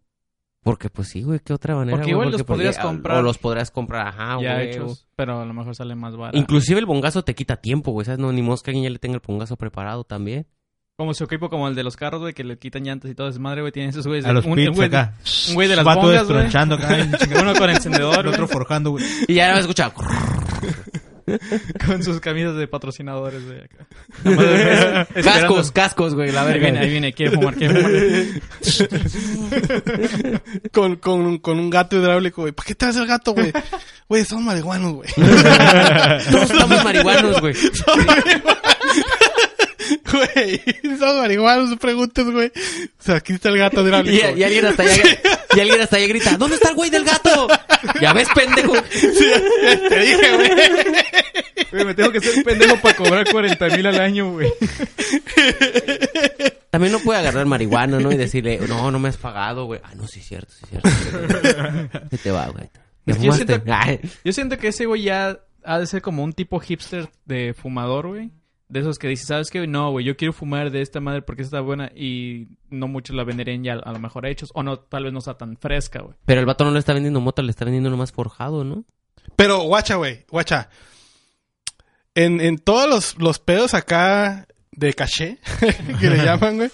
[SPEAKER 2] Porque pues sí, güey, ¿qué otra manera?
[SPEAKER 1] Porque
[SPEAKER 2] güey?
[SPEAKER 1] igual los podrías
[SPEAKER 2] ah,
[SPEAKER 1] comprar.
[SPEAKER 2] O los podrías comprar, ajá,
[SPEAKER 1] ya
[SPEAKER 2] güey.
[SPEAKER 1] hechos, pero a lo mejor sale más barato.
[SPEAKER 2] Inclusive el bongazo te quita tiempo, güey. ¿Sabes? No, ni mosca alguien ya le tenga el bongazo preparado también.
[SPEAKER 1] Como su equipo, como el de los carros, güey, que le quitan llantas y todo desmadre, güey. Tienen esos güeyes. de-
[SPEAKER 3] a los
[SPEAKER 1] un-
[SPEAKER 3] pits
[SPEAKER 1] un güey de-
[SPEAKER 3] acá.
[SPEAKER 1] un güey de las
[SPEAKER 3] Vato
[SPEAKER 1] bongas, güey.
[SPEAKER 3] destronchando acá, el chingado,
[SPEAKER 1] Uno con encendedor,
[SPEAKER 3] el
[SPEAKER 1] güey,
[SPEAKER 3] otro forjando, güey.
[SPEAKER 2] Y ya me escuchado.
[SPEAKER 1] con sus camisas de patrocinadores, güey. acá. Nada más, güey, esperando.
[SPEAKER 2] cascos, cascos, güey. La
[SPEAKER 1] Ahí
[SPEAKER 2] verga.
[SPEAKER 1] viene, ahí viene, quiere fumar, quiere fumar.
[SPEAKER 4] Con, con, con un gato hidráulico, güey. ¿Para qué traes el gato, güey? Güey, son marihuanos, güey.
[SPEAKER 2] Todos estamos marihuanos, güey.
[SPEAKER 4] Güey, son marihuanos, no preguntes, güey. O sea, aquí está el gato hidráulico.
[SPEAKER 2] Y, y
[SPEAKER 4] güey.
[SPEAKER 2] alguien hasta allá, y alguien hasta allá grita, ¿dónde está el güey del gato? Ya ves, pendejo.
[SPEAKER 4] Te dije, güey.
[SPEAKER 1] Güey, me tengo que ser pendejo para cobrar 40 mil al año, güey.
[SPEAKER 2] También no puede agarrar marihuana, ¿no? Y decirle, no, no me has pagado, güey. Ah, no, sí es cierto, sí es cierto. Se te va, güey. Ya
[SPEAKER 4] Pues
[SPEAKER 1] Es que yo
[SPEAKER 2] fumaste.
[SPEAKER 1] siento-
[SPEAKER 2] Ay.
[SPEAKER 1] Yo siento que ese güey ya ha de ser como un tipo hipster de fumador, güey. De esos que dice, ¿sabes qué? No, güey, yo quiero fumar de esta madre porque está buena y no muchos la venderían ya a lo mejor hechos. O no, tal vez no sea tan fresca, güey.
[SPEAKER 2] Pero el vato no le está vendiendo mota, le está vendiendo nomás forjado, ¿no?
[SPEAKER 4] Pero, guacha, güey, guacha. En, en todos los, los pedos acá de caché, que le llaman, güey,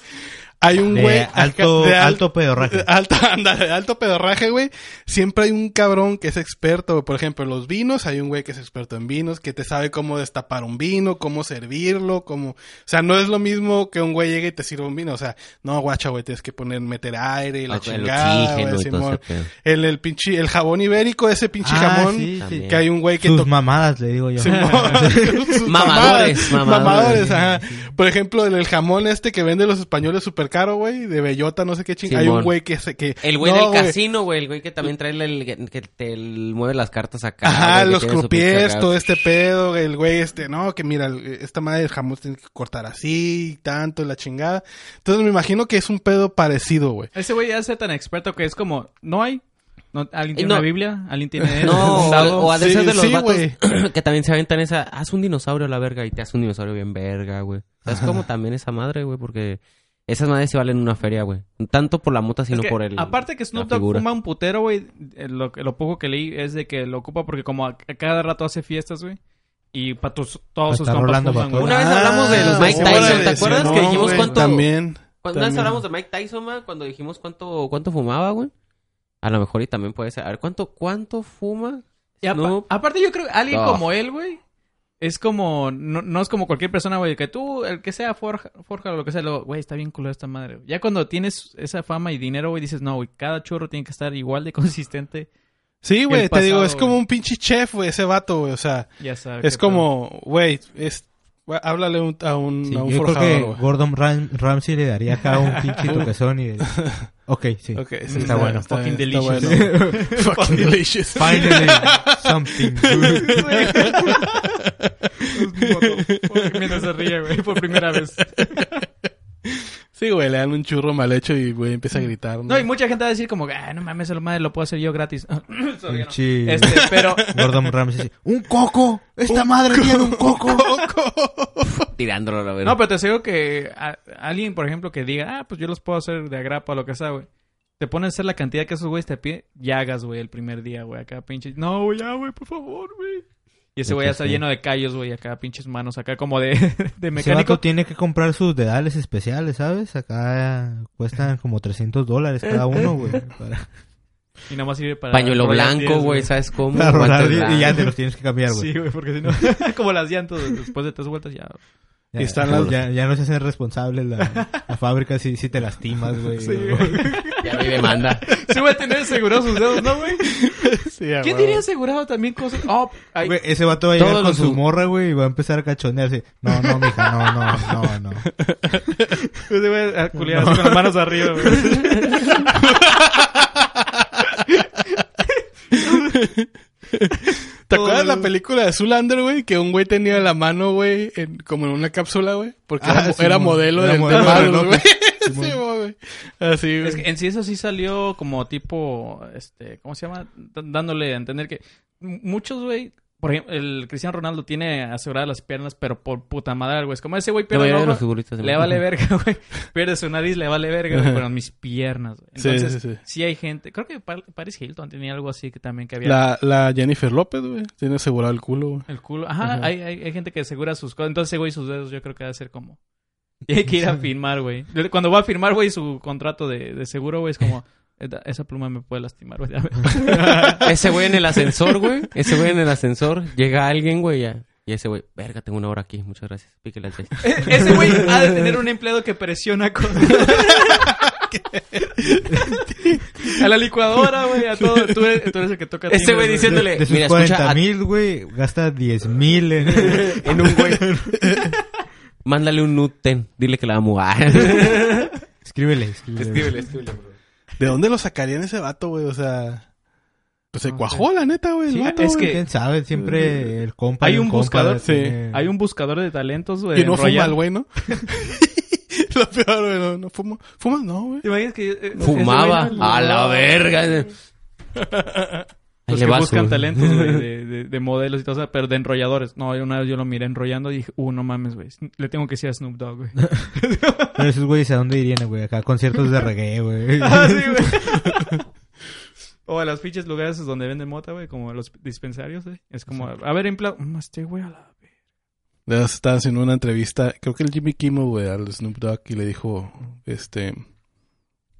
[SPEAKER 4] hay un
[SPEAKER 3] De
[SPEAKER 4] güey... acá-
[SPEAKER 3] alto,
[SPEAKER 4] de al-
[SPEAKER 3] alto pedorraje.
[SPEAKER 4] de Alto, ándale, de alto pedorraje, güey. Siempre hay un cabrón que es experto, güey. Por ejemplo, en los vinos, hay un güey que es experto en vinos, que te sabe cómo destapar un vino, cómo servirlo, cómo... O sea, no es lo mismo que un güey llegue y te sirva un vino. O sea, no, guacha, güey, tienes que poner, meter aire y la
[SPEAKER 2] Ah, con el
[SPEAKER 4] chingada, güey,
[SPEAKER 2] oxígeno y todo
[SPEAKER 4] Simón.
[SPEAKER 2] ese pedo.
[SPEAKER 4] El, el pinche, el jabón ibérico, ese pinche
[SPEAKER 3] Ah,
[SPEAKER 4] jamón.
[SPEAKER 3] sí, sí.
[SPEAKER 2] También.
[SPEAKER 4] Que hay un güey que
[SPEAKER 3] Sus
[SPEAKER 4] to-
[SPEAKER 3] mamadas, le digo yo.
[SPEAKER 4] Simón.
[SPEAKER 2] Mamadores,
[SPEAKER 4] Sus mamadas.
[SPEAKER 2] mamadores.
[SPEAKER 4] Mamadores, ajá. Por ejemplo, el, el jamón este que venden los españoles super caro, güey, de bellota, no sé qué chingada. Hay un
[SPEAKER 2] Simón.
[SPEAKER 4] güey que se que
[SPEAKER 2] El güey
[SPEAKER 4] No,
[SPEAKER 2] del casino, güey. El güey que también trae el, el- que te el- mueve las cartas acá.
[SPEAKER 4] Ajá,
[SPEAKER 2] Ah, güey, que
[SPEAKER 4] los
[SPEAKER 2] tiene su
[SPEAKER 4] croupiers,
[SPEAKER 2] pinche
[SPEAKER 4] todo
[SPEAKER 2] acá.
[SPEAKER 4] este pedo, güey, el güey este, no, que mira, el- esta madre del jamón tiene que cortar así, tanto, la chingada. Entonces me imagino que es un pedo parecido, güey.
[SPEAKER 1] Ese güey ya sea tan experto que es como, no hay. No, ¿Alguien tiene
[SPEAKER 2] No.
[SPEAKER 1] una Biblia? ¿Alguien tiene.? un
[SPEAKER 2] No, o,
[SPEAKER 1] dado?
[SPEAKER 2] o ha de
[SPEAKER 4] Sí,
[SPEAKER 2] ser de los
[SPEAKER 4] sí,
[SPEAKER 2] vatos
[SPEAKER 4] güey.
[SPEAKER 2] que también se aventan esa. Haz un dinosaurio a la verga y te hace un dinosaurio bien verga, güey. ¿Sabes cómo también esa madre, güey? Porque esas madres se valen en una feria, güey. Tanto por la mota,
[SPEAKER 1] Es
[SPEAKER 2] sino
[SPEAKER 1] que,
[SPEAKER 2] por el.
[SPEAKER 1] Aparte que Snoop
[SPEAKER 2] la
[SPEAKER 1] Dogg
[SPEAKER 2] figura.
[SPEAKER 1] fuma un putero, güey. eh, Lo, que- lo poco que leí es de que lo ocupa porque como a, a cada rato hace fiestas, güey. Y para todos
[SPEAKER 3] Pa'
[SPEAKER 1] sus
[SPEAKER 3] estar
[SPEAKER 1] compas
[SPEAKER 3] rolando
[SPEAKER 1] fuman,
[SPEAKER 3] pa' Ah,
[SPEAKER 1] güey.
[SPEAKER 2] Una vez hablamos de los Mike Tyson,
[SPEAKER 4] Ah, órale,
[SPEAKER 2] ¿te acuerdas
[SPEAKER 4] sí,
[SPEAKER 2] que
[SPEAKER 4] no,
[SPEAKER 2] dijimos
[SPEAKER 4] güey,
[SPEAKER 2] cuánto-
[SPEAKER 4] También.
[SPEAKER 2] Cuando una vez
[SPEAKER 4] También.
[SPEAKER 2] hablamos de Mike Tyson, ma, cuando dijimos cuánto, cuánto fumaba, güey. A lo mejor y también puede ser. A ver, ¿cuánto, cuánto fuma?
[SPEAKER 1] Y apa-
[SPEAKER 2] Snoop
[SPEAKER 1] aparte yo creo que alguien
[SPEAKER 2] Dogg.
[SPEAKER 1] como él, güey. Es como, no, no es como cualquier persona, güey, que tú, el que sea, forja, forja o lo que sea, luego, güey, está bien culo esta madre. Ya cuando tienes esa fama y dinero, güey, dices, no, güey, cada churro tiene que estar igual de consistente,
[SPEAKER 4] Sí, güey,
[SPEAKER 1] el
[SPEAKER 4] te digo,
[SPEAKER 1] pasado,
[SPEAKER 4] es como
[SPEAKER 1] güey.
[SPEAKER 4] un pinche chef, güey, ese vato, güey, o sea,
[SPEAKER 1] ya sabes.
[SPEAKER 4] es
[SPEAKER 1] Ah, qué pedo.
[SPEAKER 4] como, güey, es, güey, háblale un- a un,
[SPEAKER 3] Sí,
[SPEAKER 4] a un
[SPEAKER 3] yo creo
[SPEAKER 4] forjador,
[SPEAKER 3] que
[SPEAKER 4] güey.
[SPEAKER 3] Gordon Ram- Ramsay le daría acá un pinche toquezón y... Ok, sí.
[SPEAKER 4] Ok, sí,
[SPEAKER 3] Está bueno.
[SPEAKER 1] Fucking
[SPEAKER 4] bien, está
[SPEAKER 1] delicious.
[SPEAKER 4] bueno, güey. Fucking delicious.
[SPEAKER 3] Finally, something good.
[SPEAKER 1] Mientras se ríe, güey, por primera vez.
[SPEAKER 4] Sí, güey, le dan un churro mal hecho y, güey, empieza a gritar.
[SPEAKER 1] No, y mucha gente va a decir como, ah, no mames, lo madre lo puedo hacer yo gratis. Sorry, no.
[SPEAKER 3] Pinche
[SPEAKER 1] Este, pero
[SPEAKER 3] Gordon Ramsay. ¡Un coco! ¡Esta madre tiene un coco!
[SPEAKER 2] tirándolo a la verga.
[SPEAKER 1] no, pero te digo que a- alguien, por ejemplo, que diga, ah, pues yo los puedo hacer de agrapa o lo que sea, güey. Te ponen a hacer la cantidad que esos güeyes te piden, ya hagas, güey, el primer día, güey, acá pinche. No, güey, ya, güey, por favor, güey. Y ese güey ya está
[SPEAKER 2] Sí.
[SPEAKER 1] lleno de callos, güey, acá pinches manos, acá como de, de
[SPEAKER 3] Ese vato
[SPEAKER 1] mecánico.
[SPEAKER 3] tiene que comprar sus dedales especiales, ¿sabes? Acá eh, cuestan como 300 dólares cada uno, güey. Para,
[SPEAKER 1] Y nada más sirve para.
[SPEAKER 2] Pañuelo
[SPEAKER 1] rollar
[SPEAKER 2] blanco,
[SPEAKER 1] pies,
[SPEAKER 2] güey, ¿sabes cómo?
[SPEAKER 3] para
[SPEAKER 2] Guantes
[SPEAKER 3] rodar y, y ya
[SPEAKER 2] blancos.
[SPEAKER 3] te los tienes que cambiar, güey.
[SPEAKER 1] Sí, güey, porque si no, como las llantas, después de tres vueltas ya.
[SPEAKER 3] Ya,
[SPEAKER 4] Y están las-
[SPEAKER 3] ya, ya no se hacen responsables la, la fábrica si, si te lastimas, güey.
[SPEAKER 1] Sí,
[SPEAKER 3] o-
[SPEAKER 1] güey.
[SPEAKER 2] Ya no hay demanda.
[SPEAKER 1] Sí, voy a tener asegurado sus dedos, ¿no, güey?
[SPEAKER 4] Sí, a
[SPEAKER 1] ¿Quién
[SPEAKER 4] huevo.
[SPEAKER 1] tiene asegurado también cosas? Oh, ay,
[SPEAKER 3] Güey, ese vato va a llegar
[SPEAKER 2] Todos
[SPEAKER 3] con
[SPEAKER 2] los-
[SPEAKER 3] su morra, güey, y va a empezar a cachonearse. No, no, mija, no, no, no, no.
[SPEAKER 1] ese güey a culiar así con las manos arriba, güey.
[SPEAKER 4] ¿Te acuerdas la película de Zoolander, güey? Que un güey tenía la mano, güey, en- como en una cápsula, güey. Porque
[SPEAKER 3] Ah,
[SPEAKER 4] era, mo-
[SPEAKER 3] sí,
[SPEAKER 4] era
[SPEAKER 3] mo-
[SPEAKER 4] modelo
[SPEAKER 3] era
[SPEAKER 4] del
[SPEAKER 3] modelo
[SPEAKER 4] de
[SPEAKER 3] de
[SPEAKER 4] Marvel,
[SPEAKER 3] loco.
[SPEAKER 4] güey.
[SPEAKER 3] Sí, mo-
[SPEAKER 4] Sí, mo, güey. Así, güey.
[SPEAKER 1] Es que en sí eso sí salió como tipo, este, ¿cómo se llama? D- dándole a entender que m- muchos, güey, por ejemplo, el Cristiano Ronaldo tiene aseguradas las piernas, pero por puta madre, güey. Es como ese güey
[SPEAKER 2] La
[SPEAKER 1] pierde
[SPEAKER 2] mayoría
[SPEAKER 1] un
[SPEAKER 2] de los
[SPEAKER 1] ojo,
[SPEAKER 2] futbolistas se
[SPEAKER 1] le
[SPEAKER 2] me-
[SPEAKER 1] vale verga, güey. Pierde su nariz, le vale verga, güey,
[SPEAKER 4] Ajá.
[SPEAKER 1] pero mis piernas, güey.
[SPEAKER 4] Sí,
[SPEAKER 1] Entonces, sí,
[SPEAKER 4] sí, sí.
[SPEAKER 1] hay gente, creo que Par- Paris Hilton tenía algo así que también que había
[SPEAKER 4] La, la Jennifer López, güey. Tiene asegurado el culo, güey.
[SPEAKER 1] El culo. Ajá,
[SPEAKER 4] Ajá.
[SPEAKER 1] Hay, hay, hay gente que asegura sus cosas. Entonces, ese güey, sus dedos, yo creo que va a ser como. Tiene que ir a firmar, güey. Cuando va a firmar, güey, su contrato de, de seguro, güey, es como. "Esta- Esa pluma me puede lastimar, güey.
[SPEAKER 2] Ese güey en el ascensor, güey. Ese güey en el ascensor. Llega alguien, güey, ya. Y ese güey, verga, tengo una hora aquí. Muchas gracias. Píquele al seis.
[SPEAKER 1] E- Ese güey ha de tener un empleado que presiona con. a la licuadora, güey, a todo. Tú eres, tú eres el que toca.
[SPEAKER 2] Este
[SPEAKER 1] timbre,
[SPEAKER 2] güey diciendo- Dándole,
[SPEAKER 3] De sus
[SPEAKER 2] mira, escucha
[SPEAKER 3] 40
[SPEAKER 2] a-
[SPEAKER 3] mil, güey, gasta 10 mil en...
[SPEAKER 2] En un güey. Mándale un Nuten. Dile que la amo. Ah.
[SPEAKER 3] Escríbele, escríbele.
[SPEAKER 2] Escríbele, escríbele, bro.
[SPEAKER 4] ¿De dónde lo sacarían ese vato, güey? O sea... Pues se
[SPEAKER 1] No
[SPEAKER 4] cuajó, la neta, güey. el
[SPEAKER 1] Sí,
[SPEAKER 4] vato,
[SPEAKER 1] es que-
[SPEAKER 4] güey.
[SPEAKER 1] Mm.
[SPEAKER 3] ¿Quién sabe? Siempre el compa.
[SPEAKER 1] Hay
[SPEAKER 3] de
[SPEAKER 1] un
[SPEAKER 3] compa
[SPEAKER 1] buscador,
[SPEAKER 3] tiene-
[SPEAKER 1] Hay un buscador de talentos, güey.
[SPEAKER 4] Y no
[SPEAKER 1] en
[SPEAKER 4] fuma
[SPEAKER 1] Royal.
[SPEAKER 4] el güey, ¿no? Lo peor, güey. No, no fuma. Fuma, no, güey.
[SPEAKER 1] ¿Te imaginas que. eh, ese güey
[SPEAKER 2] Fumaba.
[SPEAKER 1] era-
[SPEAKER 2] A la verga. Ahí
[SPEAKER 1] Los
[SPEAKER 2] le
[SPEAKER 1] que
[SPEAKER 2] va su-
[SPEAKER 1] buscan talentos, güey, de, de- de modelos y todo eso, pero de enrolladores. No, yo una vez yo lo miré enrollando y dije, uh, no mames, güey. Le tengo que decir a Snoop Dogg, güey.
[SPEAKER 3] Pero esos güeyes, ¿a dónde irían, güey? Acá conciertos de reggae, güey.
[SPEAKER 1] Ah, sí, güey. O a los pinches lugares esos donde venden mota, güey, como los dispensarios, güey. Es como, a ver, en plan, mm, este güey a la...
[SPEAKER 4] Le estaba haciendo una entrevista, creo que el Jimmy Kimmel, güey, al Snoop Dogg y le dijo, este,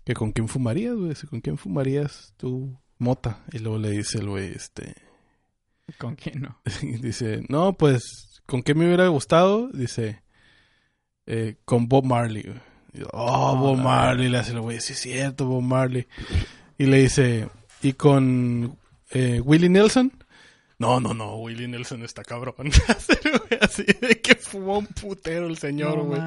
[SPEAKER 4] que con quién fumarías, güey, si con quién fumarías tu mota. Y luego le dice el güey, este,
[SPEAKER 1] ¿Con quién no?
[SPEAKER 4] dice, no, pues, ¿con qué me hubiera gustado? Dice, eh, con Bob Marley, güey. Y yo, oh, Bob Marley, le hace el güey, sí es cierto, Bob Marley. Y le dice, ¿y con eh, Willie Nelson? No, no, no, Willie Nelson está cabrón. Así de que fumó un putero el señor, güey.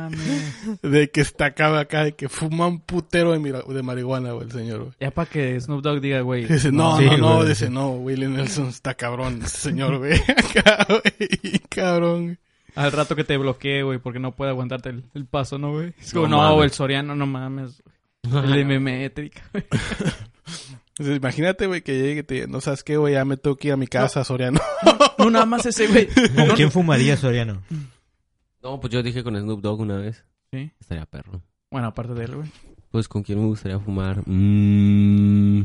[SPEAKER 4] de que está acá, acá, de que fuma un putero de, mira- de marihuana, güey, el señor, güey.
[SPEAKER 1] Ya para que Snoop Dogg diga, güey.
[SPEAKER 4] Dice, no,
[SPEAKER 3] Sí,
[SPEAKER 4] no, no,
[SPEAKER 3] güey.
[SPEAKER 4] dice, no, Willie Nelson está cabrón, ese señor, güey. Acá, güey, cabrón.
[SPEAKER 1] Al rato que te bloquee, güey, porque no puede aguantarte el, el paso, ¿no, güey? Es como,
[SPEAKER 2] No
[SPEAKER 1] no,
[SPEAKER 2] mames.
[SPEAKER 1] el Soriano, no mames. El de memétrica, güey.
[SPEAKER 4] Entonces, imagínate, güey, que llegue y te diga, no sabes qué, güey, ya me tengo que ir a mi casa, Soriano.
[SPEAKER 1] No, nada más ese, güey.
[SPEAKER 3] ¿Con quién fumaría Soriano?
[SPEAKER 2] No, pues yo dije con Snoop Dogg una vez.
[SPEAKER 1] Sí.
[SPEAKER 2] Estaría perro.
[SPEAKER 1] Bueno, aparte de él, güey.
[SPEAKER 2] Pues con quién me gustaría fumar. Mm,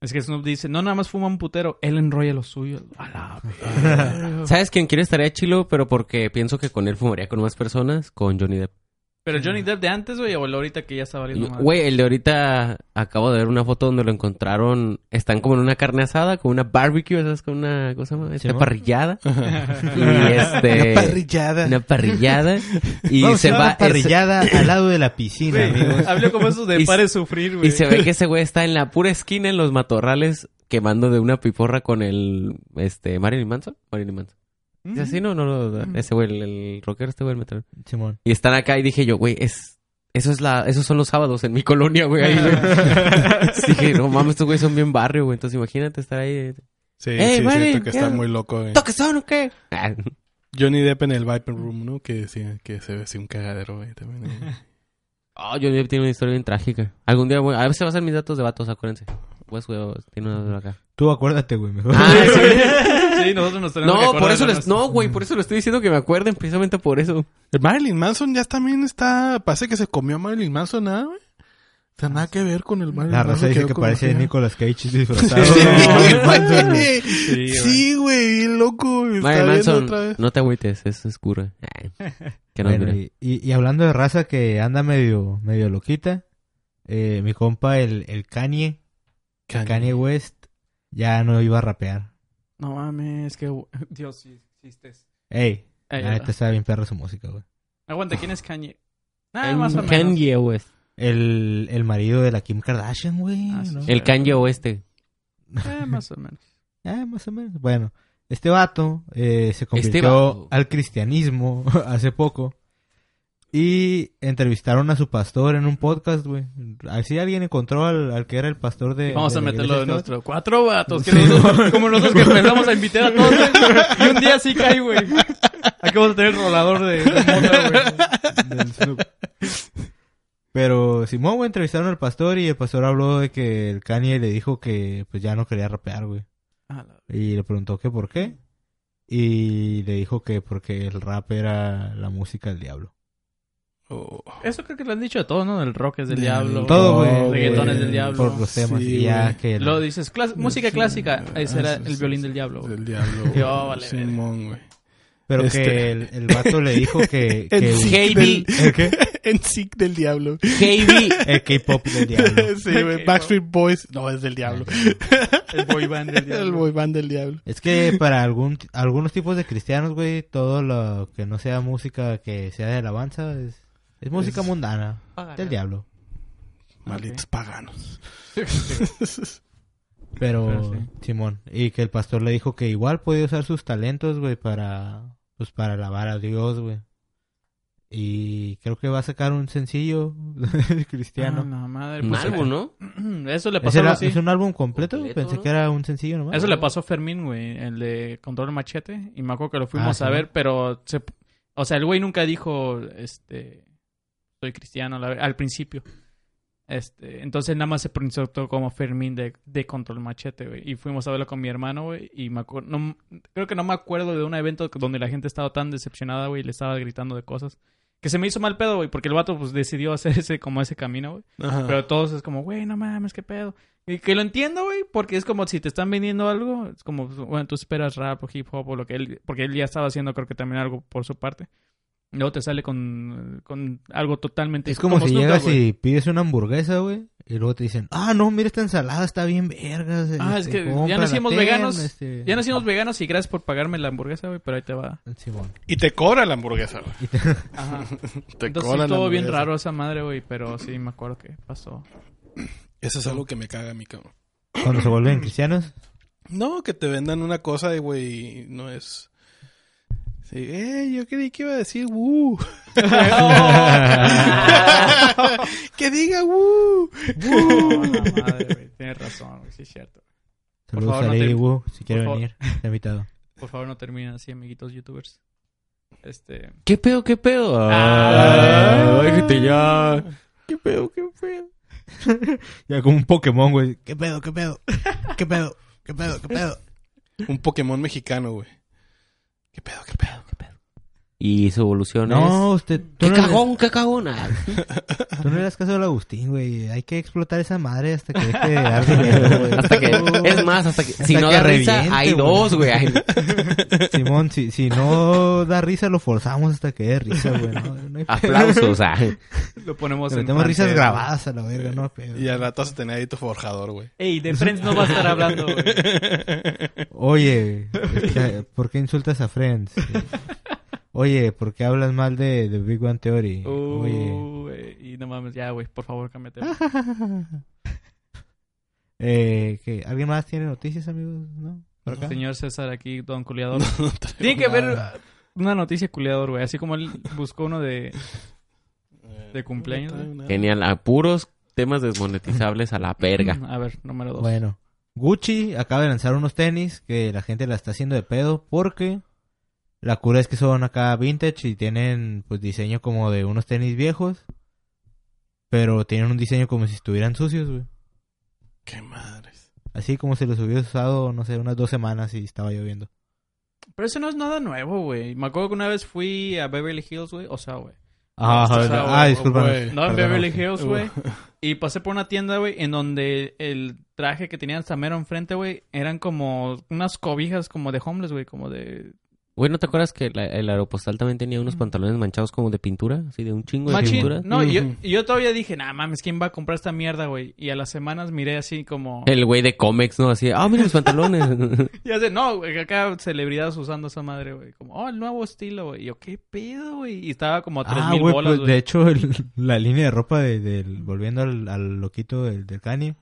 [SPEAKER 1] Es que Snoop dice, no, nada más fuma un putero. Él enrolla lo suyo. A la verga.
[SPEAKER 2] ¿Sabes quién quiere estaría chilo? Pero porque pienso que con él fumaría con más personas. Con Johnny Depp.
[SPEAKER 1] Pero Johnny Depp de antes, güey, o el ahorita que ya está
[SPEAKER 3] Pues
[SPEAKER 1] valiendo más.
[SPEAKER 2] Güey, el de ahorita acabo de ver una foto donde lo encontraron. Están como en una carne asada, con una barbecue, ¿sabes? Con una, ¿cómo se llama? Esta
[SPEAKER 3] Simón.
[SPEAKER 2] parrillada. Y este.
[SPEAKER 3] Una parrillada.
[SPEAKER 2] Una parrillada. Y
[SPEAKER 3] Vamos
[SPEAKER 2] se
[SPEAKER 3] a
[SPEAKER 2] va.
[SPEAKER 3] una parrillada al lado de la piscina, amigos.
[SPEAKER 1] Hablo como esos de
[SPEAKER 2] Y
[SPEAKER 1] pares sufrir,
[SPEAKER 2] ese-
[SPEAKER 1] güey.
[SPEAKER 2] y se ve que ese güey está en la pura esquina en los matorrales quemando de una piporra con el. Este. Marilyn Manson. Marilyn Manson.
[SPEAKER 3] Mm.
[SPEAKER 2] ¿Es así? No, no, no. Ese güey, el, el rockero, este güey, el metal.
[SPEAKER 3] Simón.
[SPEAKER 2] Y están acá y dije yo, güey, es. Eso es la, esos son los sábados en mi colonia, güey. ahí, güey. dije, no mames, estos güeyes son bien barrio, güey. Entonces imagínate estar ahí. eh,
[SPEAKER 4] Sí,
[SPEAKER 2] Ey,
[SPEAKER 4] sí,
[SPEAKER 2] güey,
[SPEAKER 4] siento que está
[SPEAKER 2] ¿qué?
[SPEAKER 4] muy loco, güey.
[SPEAKER 2] ¿Toques son o qué? Ah,
[SPEAKER 4] Johnny Depp en el Viper Room, ¿no? Que decía que se ve así un cagadero, güey, también. ¿no?
[SPEAKER 2] Oh, Johnny Depp tiene una historia bien trágica. Algún día, güey, a veces va a ser mis datos de vatos, acuérdense. Pues, güey, tiene una acá.
[SPEAKER 3] Tú acuérdate, güey, mejor.
[SPEAKER 2] Ah,
[SPEAKER 1] Sí, nosotros nos tenemos que
[SPEAKER 2] No,
[SPEAKER 1] acordar
[SPEAKER 2] por eso
[SPEAKER 1] de
[SPEAKER 2] les,
[SPEAKER 1] nuestro-
[SPEAKER 2] no, güey, por eso le estoy diciendo que me acuerden, precisamente por eso.
[SPEAKER 4] El Marilyn Manson ya también está... Parece que se comió a Marilyn Manson, nada, güey. O sea, nada que ver con el Marilyn
[SPEAKER 3] La raza
[SPEAKER 4] Manson.
[SPEAKER 3] dice
[SPEAKER 4] quedó
[SPEAKER 3] que
[SPEAKER 4] como
[SPEAKER 3] parece
[SPEAKER 4] que- "Ah".
[SPEAKER 3] Nicolas Cage disfrazado.
[SPEAKER 4] Sí,
[SPEAKER 3] Marilyn Manson, güey.
[SPEAKER 4] güey.
[SPEAKER 1] Sí, güey.
[SPEAKER 4] Sí, güey, loco. güey, Está
[SPEAKER 2] Marilyn
[SPEAKER 4] viendo
[SPEAKER 2] Manson,
[SPEAKER 4] otra vez.
[SPEAKER 2] no te agüites, es oscura. Ah, Que no,
[SPEAKER 3] Bueno,
[SPEAKER 2] mira.
[SPEAKER 3] y, y- y hablando de raza que anda medio, medio loquita, eh, mi compa el, el Kanye, Kanye West, ya no iba a rapear.
[SPEAKER 1] No mames, que... Dios, sí, existes.
[SPEAKER 3] Ey,
[SPEAKER 1] Ey,
[SPEAKER 3] la neta estaba bien perra su música, güey.
[SPEAKER 1] Aguanta, ¿quién es Kanye? Nada Ah, más o menos.
[SPEAKER 2] Kanye West.
[SPEAKER 3] El, el marido de la Kim Kardashian, güey.
[SPEAKER 1] Ah, sí.
[SPEAKER 3] ¿no?
[SPEAKER 2] El Kanye Oeste.
[SPEAKER 1] Eh, más o menos.
[SPEAKER 3] Ah, más o menos. Bueno, este vato eh,
[SPEAKER 1] Este
[SPEAKER 3] se convirtió
[SPEAKER 2] vato.
[SPEAKER 3] al cristianismo hace poco. Y entrevistaron a su pastor en un podcast, güey. Así alguien encontró al, al que era el pastor de.
[SPEAKER 1] Vamos
[SPEAKER 3] de
[SPEAKER 1] a
[SPEAKER 3] la
[SPEAKER 1] meterlo de
[SPEAKER 3] iglesia este
[SPEAKER 1] nuestro. Cuatro vatos. Que
[SPEAKER 3] Sí.
[SPEAKER 1] nosotros- como nosotros que empezamos a invitar a todos. güey, Y un día sí cae, güey. Acabamos de tener el rolador de, de mota, güey.
[SPEAKER 3] del Snoop. Pero Simón, güey, entrevistaron al pastor y el pastor habló de que el Kanye le dijo que pues ya no quería rapear, güey.
[SPEAKER 1] A la-
[SPEAKER 3] Y le preguntó que por qué. Y le dijo que porque el rap era la música del diablo.
[SPEAKER 4] Oh.
[SPEAKER 1] Eso creo que lo han dicho a todos, ¿no? El rock es del
[SPEAKER 4] Del
[SPEAKER 1] diablo.
[SPEAKER 3] Todo, güey.
[SPEAKER 1] Reggaetones
[SPEAKER 3] güey,
[SPEAKER 1] del diablo.
[SPEAKER 3] Por los temas.
[SPEAKER 4] Sí,
[SPEAKER 3] y ya
[SPEAKER 4] güey.
[SPEAKER 3] que...
[SPEAKER 1] Lo dices, clas- música
[SPEAKER 4] Sí.
[SPEAKER 1] clásica. Ese
[SPEAKER 4] Ah,
[SPEAKER 1] era
[SPEAKER 4] sí,
[SPEAKER 1] el
[SPEAKER 4] sí,
[SPEAKER 1] violín
[SPEAKER 4] sí,
[SPEAKER 1] del diablo. güey.
[SPEAKER 4] Del diablo.
[SPEAKER 1] Yo,
[SPEAKER 4] güey.
[SPEAKER 1] vale,
[SPEAKER 4] Simón, güey.
[SPEAKER 3] Pero
[SPEAKER 4] este-
[SPEAKER 3] que el, el vato le dijo que... que
[SPEAKER 4] En
[SPEAKER 3] el,
[SPEAKER 4] sí
[SPEAKER 2] Heidi.
[SPEAKER 4] del-
[SPEAKER 3] ¿El qué?
[SPEAKER 4] En sí del diablo.
[SPEAKER 2] Heidi.
[SPEAKER 3] El K-pop del diablo.
[SPEAKER 4] Sí, güey.
[SPEAKER 1] Ok,
[SPEAKER 4] Backstreet Boys. No, es del diablo.
[SPEAKER 1] El boy band del diablo.
[SPEAKER 4] El boy band del diablo.
[SPEAKER 3] Es que para algún, algunos tipos de cristianos, güey, todo lo que no sea música que sea de alabanza es, es música
[SPEAKER 4] Es-
[SPEAKER 3] mundana. Del diablo.
[SPEAKER 4] Malditos paganos.
[SPEAKER 3] Pero,
[SPEAKER 1] Pero sí.
[SPEAKER 3] Simón, y que el pastor le dijo que igual podía usar sus talentos, güey, para, pues para alabar a Dios, güey. Y creo que va a sacar un sencillo
[SPEAKER 1] Ah,
[SPEAKER 3] cristiano.
[SPEAKER 1] la madre.
[SPEAKER 2] Un
[SPEAKER 1] pues,
[SPEAKER 2] álbum, ¿no?
[SPEAKER 1] eh, Eso le
[SPEAKER 3] ¿Es,
[SPEAKER 1] pasó
[SPEAKER 3] el-
[SPEAKER 1] algo así.
[SPEAKER 3] es un álbum completo?
[SPEAKER 2] Completo,
[SPEAKER 3] Pensé
[SPEAKER 2] ¿no?
[SPEAKER 3] que era un sencillo nomás.
[SPEAKER 1] Eso le pasó a Fermín, güey, el de Control Machete. Y me acuerdo que lo fuimos
[SPEAKER 3] Ah,
[SPEAKER 1] a
[SPEAKER 3] sí.
[SPEAKER 1] ver, pero... se- o sea, el güey nunca dijo, este... Soy cristiano, la ver- al principio. Este, entonces nada más se presentó como Fermín de, de Control Machete, güey. Y fuimos a verlo con mi hermano, güey. Y me acuerdo... no- creo que no me acuerdo de un evento donde la gente estaba tan decepcionada, güey. Y le estaba gritando de cosas. Que se me hizo mal pedo, güey. Porque el vato, pues, decidió hacer ese, como ese camino, güey.
[SPEAKER 4] Ajá.
[SPEAKER 1] Pero todos es como, güey, no mames, qué pedo. Y que lo entiendo, güey, porque es como si te están vendiendo algo, es como, bueno, tú esperas rap o hip hop o lo que él, porque él ya estaba haciendo, creo que también algo por su parte. Y Luego te sale con, con algo totalmente.
[SPEAKER 3] Es como, si
[SPEAKER 1] Snoop Dogg,
[SPEAKER 3] llegas
[SPEAKER 1] güey.
[SPEAKER 3] y pides una hamburguesa, güey, y luego te dicen, ah, no, mira esta ensalada, está bien vergas. este,
[SPEAKER 1] Ah, es que ya
[SPEAKER 3] cómprala,
[SPEAKER 1] nos hicimos veganos,
[SPEAKER 3] este".
[SPEAKER 1] Ya nacimos veganos y gracias por pagarme la hamburguesa, güey, pero ahí te va.
[SPEAKER 3] Simón.
[SPEAKER 4] Y te cobra la hamburguesa, güey.
[SPEAKER 1] Ajá.
[SPEAKER 4] Te
[SPEAKER 1] Entonces
[SPEAKER 4] cobra
[SPEAKER 1] sí,
[SPEAKER 4] la
[SPEAKER 1] todo bien
[SPEAKER 4] hamburguesa.
[SPEAKER 1] raro esa madre, güey, pero sí me acuerdo que pasó.
[SPEAKER 4] Eso es algo que me caga a mí, cabrón.
[SPEAKER 3] Cuando se vuelven cristianos,
[SPEAKER 4] No, que te vendan una cosa y, güey, no es... Sí, eh, yo creí que iba a decir woo. que diga woo.
[SPEAKER 1] No, Oh, la madre, güey. Tienes razón, güey. Sí, es cierto. Por
[SPEAKER 3] Saludos
[SPEAKER 1] favor,
[SPEAKER 3] a
[SPEAKER 1] no te-
[SPEAKER 3] Lady Wu, si quiere
[SPEAKER 1] favor.
[SPEAKER 3] venir, está invitado.
[SPEAKER 1] Por favor, no terminen así, amiguitos youtubers. Este.
[SPEAKER 2] ¿Qué pedo, qué pedo?
[SPEAKER 1] Ah.
[SPEAKER 2] Ay, gente, ya. ¿Qué pedo, qué pedo?
[SPEAKER 3] Ya como un Pokémon, güey. ¿Qué pedo, qué pedo? ¿Qué pedo? ¿Qué pedo, qué pedo?
[SPEAKER 4] Un Pokémon mexicano, güey. ¿Qué pedo, qué pedo?
[SPEAKER 2] Y su evolución
[SPEAKER 3] No, usted...
[SPEAKER 2] es... ¡Qué
[SPEAKER 3] no le-
[SPEAKER 2] cagón, qué cagón! Ah,
[SPEAKER 3] Tú no le das caso al Agustín, güey. Hay que explotar esa madre hasta que deje de dar dinero, güey.
[SPEAKER 2] Hasta que... Es más, hasta que... si
[SPEAKER 3] Hasta
[SPEAKER 2] no
[SPEAKER 3] que
[SPEAKER 2] da risa,
[SPEAKER 3] reviente,
[SPEAKER 2] hay
[SPEAKER 3] güey.
[SPEAKER 2] dos, güey. Ay,
[SPEAKER 3] Simón, si, si no da risa, lo forzamos hasta que dé risa, güey. No, no hay pedo.
[SPEAKER 2] Aplausos, ah.
[SPEAKER 1] Lo ponemos
[SPEAKER 3] Le
[SPEAKER 1] en.
[SPEAKER 3] metemos risas
[SPEAKER 1] francés,
[SPEAKER 3] grabadas a la verga, no hay pedo.
[SPEAKER 4] Y al rato se tenía ahí tu forjador, güey.
[SPEAKER 1] güey. Ey, de Friends no va a estar hablando, güey.
[SPEAKER 3] Oye, este, ¿por qué insultas a Friends? Oye, ¿por qué hablas mal de, de Big One Theory? Oye.
[SPEAKER 1] Uh, güey, y no mames, ya, güey, por favor, cámbiate.
[SPEAKER 3] Ah,
[SPEAKER 1] güey.
[SPEAKER 3] Eh, ¿qué? ¿Alguien más tiene noticias, amigos? ¿No? ¿Por acá?
[SPEAKER 1] Señor César aquí, don culiador. Tiene
[SPEAKER 4] Diga
[SPEAKER 1] que haber una noticia culiador, güey. Así como él buscó uno de... eh, de cumpleaños, güey.
[SPEAKER 2] Genial. A puros temas desmonetizables a la verga.
[SPEAKER 1] Mm, A ver, número dos.
[SPEAKER 3] Bueno, Gucci acaba de lanzar unos tenis que la gente la está haciendo de pedo porque la cura es que son acá vintage y tienen pues diseño como de unos tenis viejos, pero tienen un diseño como si estuvieran sucios, güey.
[SPEAKER 4] Qué madres.
[SPEAKER 3] Así como si los hubiera usado, no sé, unas dos semanas y estaba lloviendo.
[SPEAKER 1] Pero eso no es nada nuevo, güey. Me acuerdo que una vez fui a Beverly Hills, güey. O sea, güey.
[SPEAKER 3] Ah,
[SPEAKER 1] o sea,
[SPEAKER 3] ah,
[SPEAKER 1] güey,
[SPEAKER 3] discúlpanos.
[SPEAKER 4] güey.
[SPEAKER 1] No, en
[SPEAKER 3] Perdón,
[SPEAKER 1] Beverly
[SPEAKER 3] güey.
[SPEAKER 1] Hills, güey. Y pasé por una tienda, güey, en donde el traje que tenían Samero enfrente, güey, eran como unas cobijas como de homeless, güey. Como de...
[SPEAKER 2] Güey, ¿no te acuerdas que la- el aeropostal también tenía unos pantalones manchados como de pintura? Así de un chingo de pintura.
[SPEAKER 1] Machín. No, y yo,
[SPEAKER 4] Ujú.
[SPEAKER 1] y yo todavía dije, nah, mames, ¿quién va a comprar esta mierda, güey? Y a las semanas miré así como...
[SPEAKER 2] El güey de cómics, ¿no? Así, ah, mira mis pantalones.
[SPEAKER 1] Ya sé, no, güey, acá celebridades usando esa madre, güey. Como, oh, el nuevo estilo, güey. Y yo, ¿qué pedo, güey? Y estaba como a tres
[SPEAKER 3] Ah,
[SPEAKER 1] mil
[SPEAKER 3] güey,
[SPEAKER 1] bolas,
[SPEAKER 3] pues,
[SPEAKER 1] güey.
[SPEAKER 3] de hecho, el- la línea de ropa de- del... Volviendo al, al loquito del, del Kanye,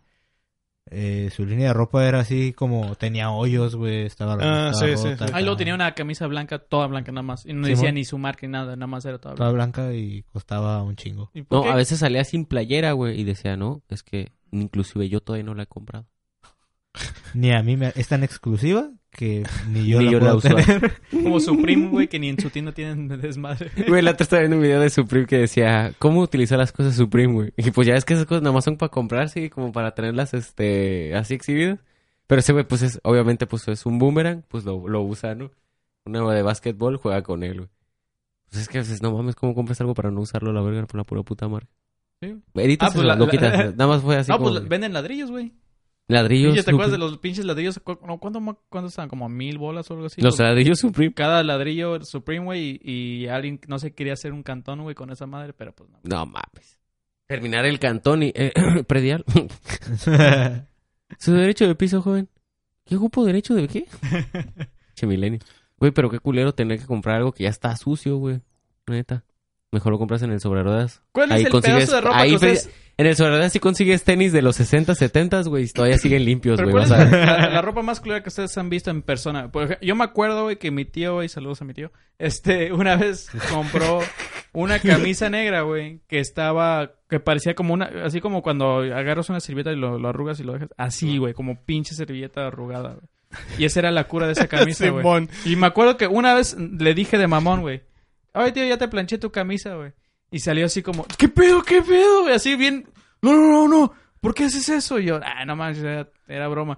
[SPEAKER 3] eh, su línea de ropa era así como... Tenía hoyos, güey, estaba...
[SPEAKER 4] Ah,
[SPEAKER 3] estaba
[SPEAKER 4] sí, sí,
[SPEAKER 3] rota,
[SPEAKER 4] sí.
[SPEAKER 1] Ahí luego
[SPEAKER 3] estaba-
[SPEAKER 1] tenía una camisa blanca, toda blanca nada más. Y no
[SPEAKER 3] Sí,
[SPEAKER 1] decía
[SPEAKER 3] mon.
[SPEAKER 1] ni su marca ni nada, nada más era toda
[SPEAKER 3] Toda
[SPEAKER 1] blanca.
[SPEAKER 3] blanca y costaba un chingo.
[SPEAKER 1] ¿Y por
[SPEAKER 2] No,
[SPEAKER 1] qué?
[SPEAKER 2] a veces salía sin playera, güey, y decía, no, es que inclusive yo todavía no la he comprado.
[SPEAKER 3] Ni a mí me... Es tan exclusiva que ni yo
[SPEAKER 2] Ni
[SPEAKER 3] la
[SPEAKER 2] yo la
[SPEAKER 3] puedo
[SPEAKER 2] uso.
[SPEAKER 3] tener.
[SPEAKER 1] Como Supreme, güey, que ni en su tienda tienen desmadre.
[SPEAKER 2] Güey, la otra estaba viendo un video de Supreme que decía, ¿cómo utilizar las cosas Supreme, güey? Y pues ya es que esas cosas nada más son para comprarse y como para tenerlas, este, así exhibidas. Pero ese güey, pues es, obviamente, pues es un boomerang, pues lo, lo usa, ¿no? Uno de básquetbol juega con él, güey. Pues es que dices, no mames, ¿cómo compras algo para no usarlo a la verga por la pura puta marca?
[SPEAKER 1] Sí.
[SPEAKER 2] Editas
[SPEAKER 1] Ah, pues la-
[SPEAKER 2] lo
[SPEAKER 1] la-
[SPEAKER 2] quitas. Nada más fue así
[SPEAKER 1] no,
[SPEAKER 2] como
[SPEAKER 1] pues
[SPEAKER 2] que-
[SPEAKER 1] venden ladrillos, güey.
[SPEAKER 2] ladrillos.
[SPEAKER 1] ¿Te acuerdas de
[SPEAKER 2] Supreme.
[SPEAKER 1] los pinches ladrillos? ¿Cu- no, ¿Cuánto, ma- cuánto estaban? ¿Como mil bolas o algo así?
[SPEAKER 2] Los ladrillos Supreme.
[SPEAKER 1] Cada ladrillo Supreme, güey, y, y alguien, no sé, quería hacer un cantón, güey, con esa madre, pero pues no.
[SPEAKER 2] No mames. Terminar el cantón y... eh, predial. Su derecho de piso, joven. ¿Qué ocupo derecho de qué? che, milenio. Güey, pero qué culero tener que comprar algo que ya está sucio, güey. Neta. Mejor lo compras en el sobre ruedas.
[SPEAKER 1] ¿Cuál
[SPEAKER 2] Ahí
[SPEAKER 1] es el
[SPEAKER 2] consigues-
[SPEAKER 1] pedazo de ropa
[SPEAKER 2] ahí
[SPEAKER 1] que ustedes...
[SPEAKER 2] En el sobre ruedas sí consigues tenis de los 60, 70, güey. Y todavía siguen limpios,
[SPEAKER 1] Pero
[SPEAKER 2] güey.
[SPEAKER 1] ¿cuál es
[SPEAKER 2] Vas a ver.
[SPEAKER 1] la, la- la ropa más culera que ustedes han visto en persona? Por ej- yo me acuerdo, güey, que mi tío, güey, saludos a mi tío, este, una vez compró una camisa negra, güey, que estaba, que parecía como una, así como cuando agarras una servilleta y lo, lo arrugas y lo dejas, así, güey, como pinche servilleta arrugada, güey. Y esa era la cura de esa camisa, güey.
[SPEAKER 4] Simón.
[SPEAKER 1] Y me acuerdo que una vez le dije de mamón, güey. Ay, tío, ya te planché tu camisa, güey. Y salió así como, ¿qué pedo, qué pedo? güey? Así bien, no, no, no, no. ¿Por qué haces eso? Y yo, ah, no manches, era, era broma.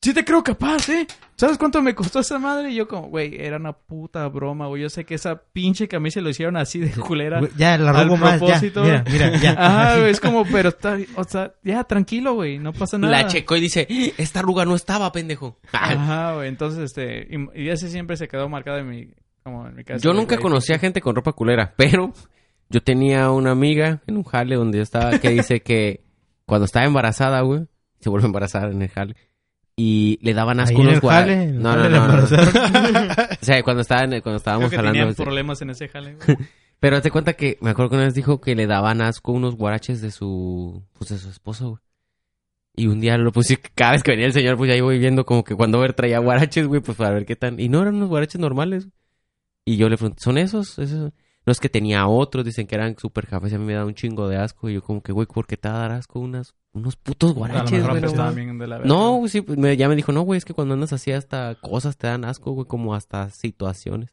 [SPEAKER 1] Sí te creo capaz, ¿eh? ¿Sabes cuánto me costó esa madre? Y yo como, güey, era una puta broma, güey. Yo sé que esa pinche camisa lo hicieron así de culera.
[SPEAKER 3] Güey, ya, la
[SPEAKER 1] Al
[SPEAKER 3] robo más, ya.
[SPEAKER 1] propósito.
[SPEAKER 3] Mira, mira, ya.
[SPEAKER 1] Ajá, güey, es como, pero está, o sea, ya, tranquilo, güey, no pasa nada.
[SPEAKER 2] La checó y dice, esta arruga no estaba, pendejo.
[SPEAKER 1] Ajá, güey, entonces, este, y, y ese siempre se quedó marcado en mi, como en mi casa.
[SPEAKER 2] Yo
[SPEAKER 1] güey,
[SPEAKER 2] nunca
[SPEAKER 1] güey.
[SPEAKER 2] conocí a gente con ropa culera, pero yo tenía una amiga en un jale donde yo estaba que dice que cuando estaba embarazada, güey, se volvió a embarazar en el jale y le daban
[SPEAKER 3] Ahí
[SPEAKER 2] asco
[SPEAKER 3] en
[SPEAKER 2] unos
[SPEAKER 3] el
[SPEAKER 2] guar-
[SPEAKER 3] jale, en el
[SPEAKER 2] No,
[SPEAKER 3] jale
[SPEAKER 2] no,
[SPEAKER 3] la
[SPEAKER 2] no, no.
[SPEAKER 3] embarazaron.
[SPEAKER 2] O sea, cuando estaba en el- cuando
[SPEAKER 1] Creo
[SPEAKER 2] estábamos
[SPEAKER 1] que
[SPEAKER 2] hablando.
[SPEAKER 1] tenían
[SPEAKER 2] de-
[SPEAKER 1] problemas en ese jale, güey.
[SPEAKER 2] Pero hazte cuenta que me acuerdo que una vez dijo que le daban asco unos guaraches de su pues de su esposo, güey. Y un día lo puse, cada vez que venía el señor, pues ya iba viendo como que cuando ver traía guaraches, güey, pues para ver qué tan. Y no eran unos guaraches normales. güey. Y yo le pregunté, ¿son esos? ¿Esos? No es que tenía otros, dicen que eran super cafés y a mí me da un chingo de asco. Y yo como que, güey, ¿por qué te va a dar asco unas, unos putos
[SPEAKER 1] A lo
[SPEAKER 2] guaraches,
[SPEAKER 1] mejor
[SPEAKER 2] güey? no
[SPEAKER 1] apestaban
[SPEAKER 2] mames?
[SPEAKER 1] bien de la verga.
[SPEAKER 2] No, güey, sí, pues, me- ya me dijo, no, güey, es que cuando andas así hasta cosas te dan asco, güey, como hasta situaciones.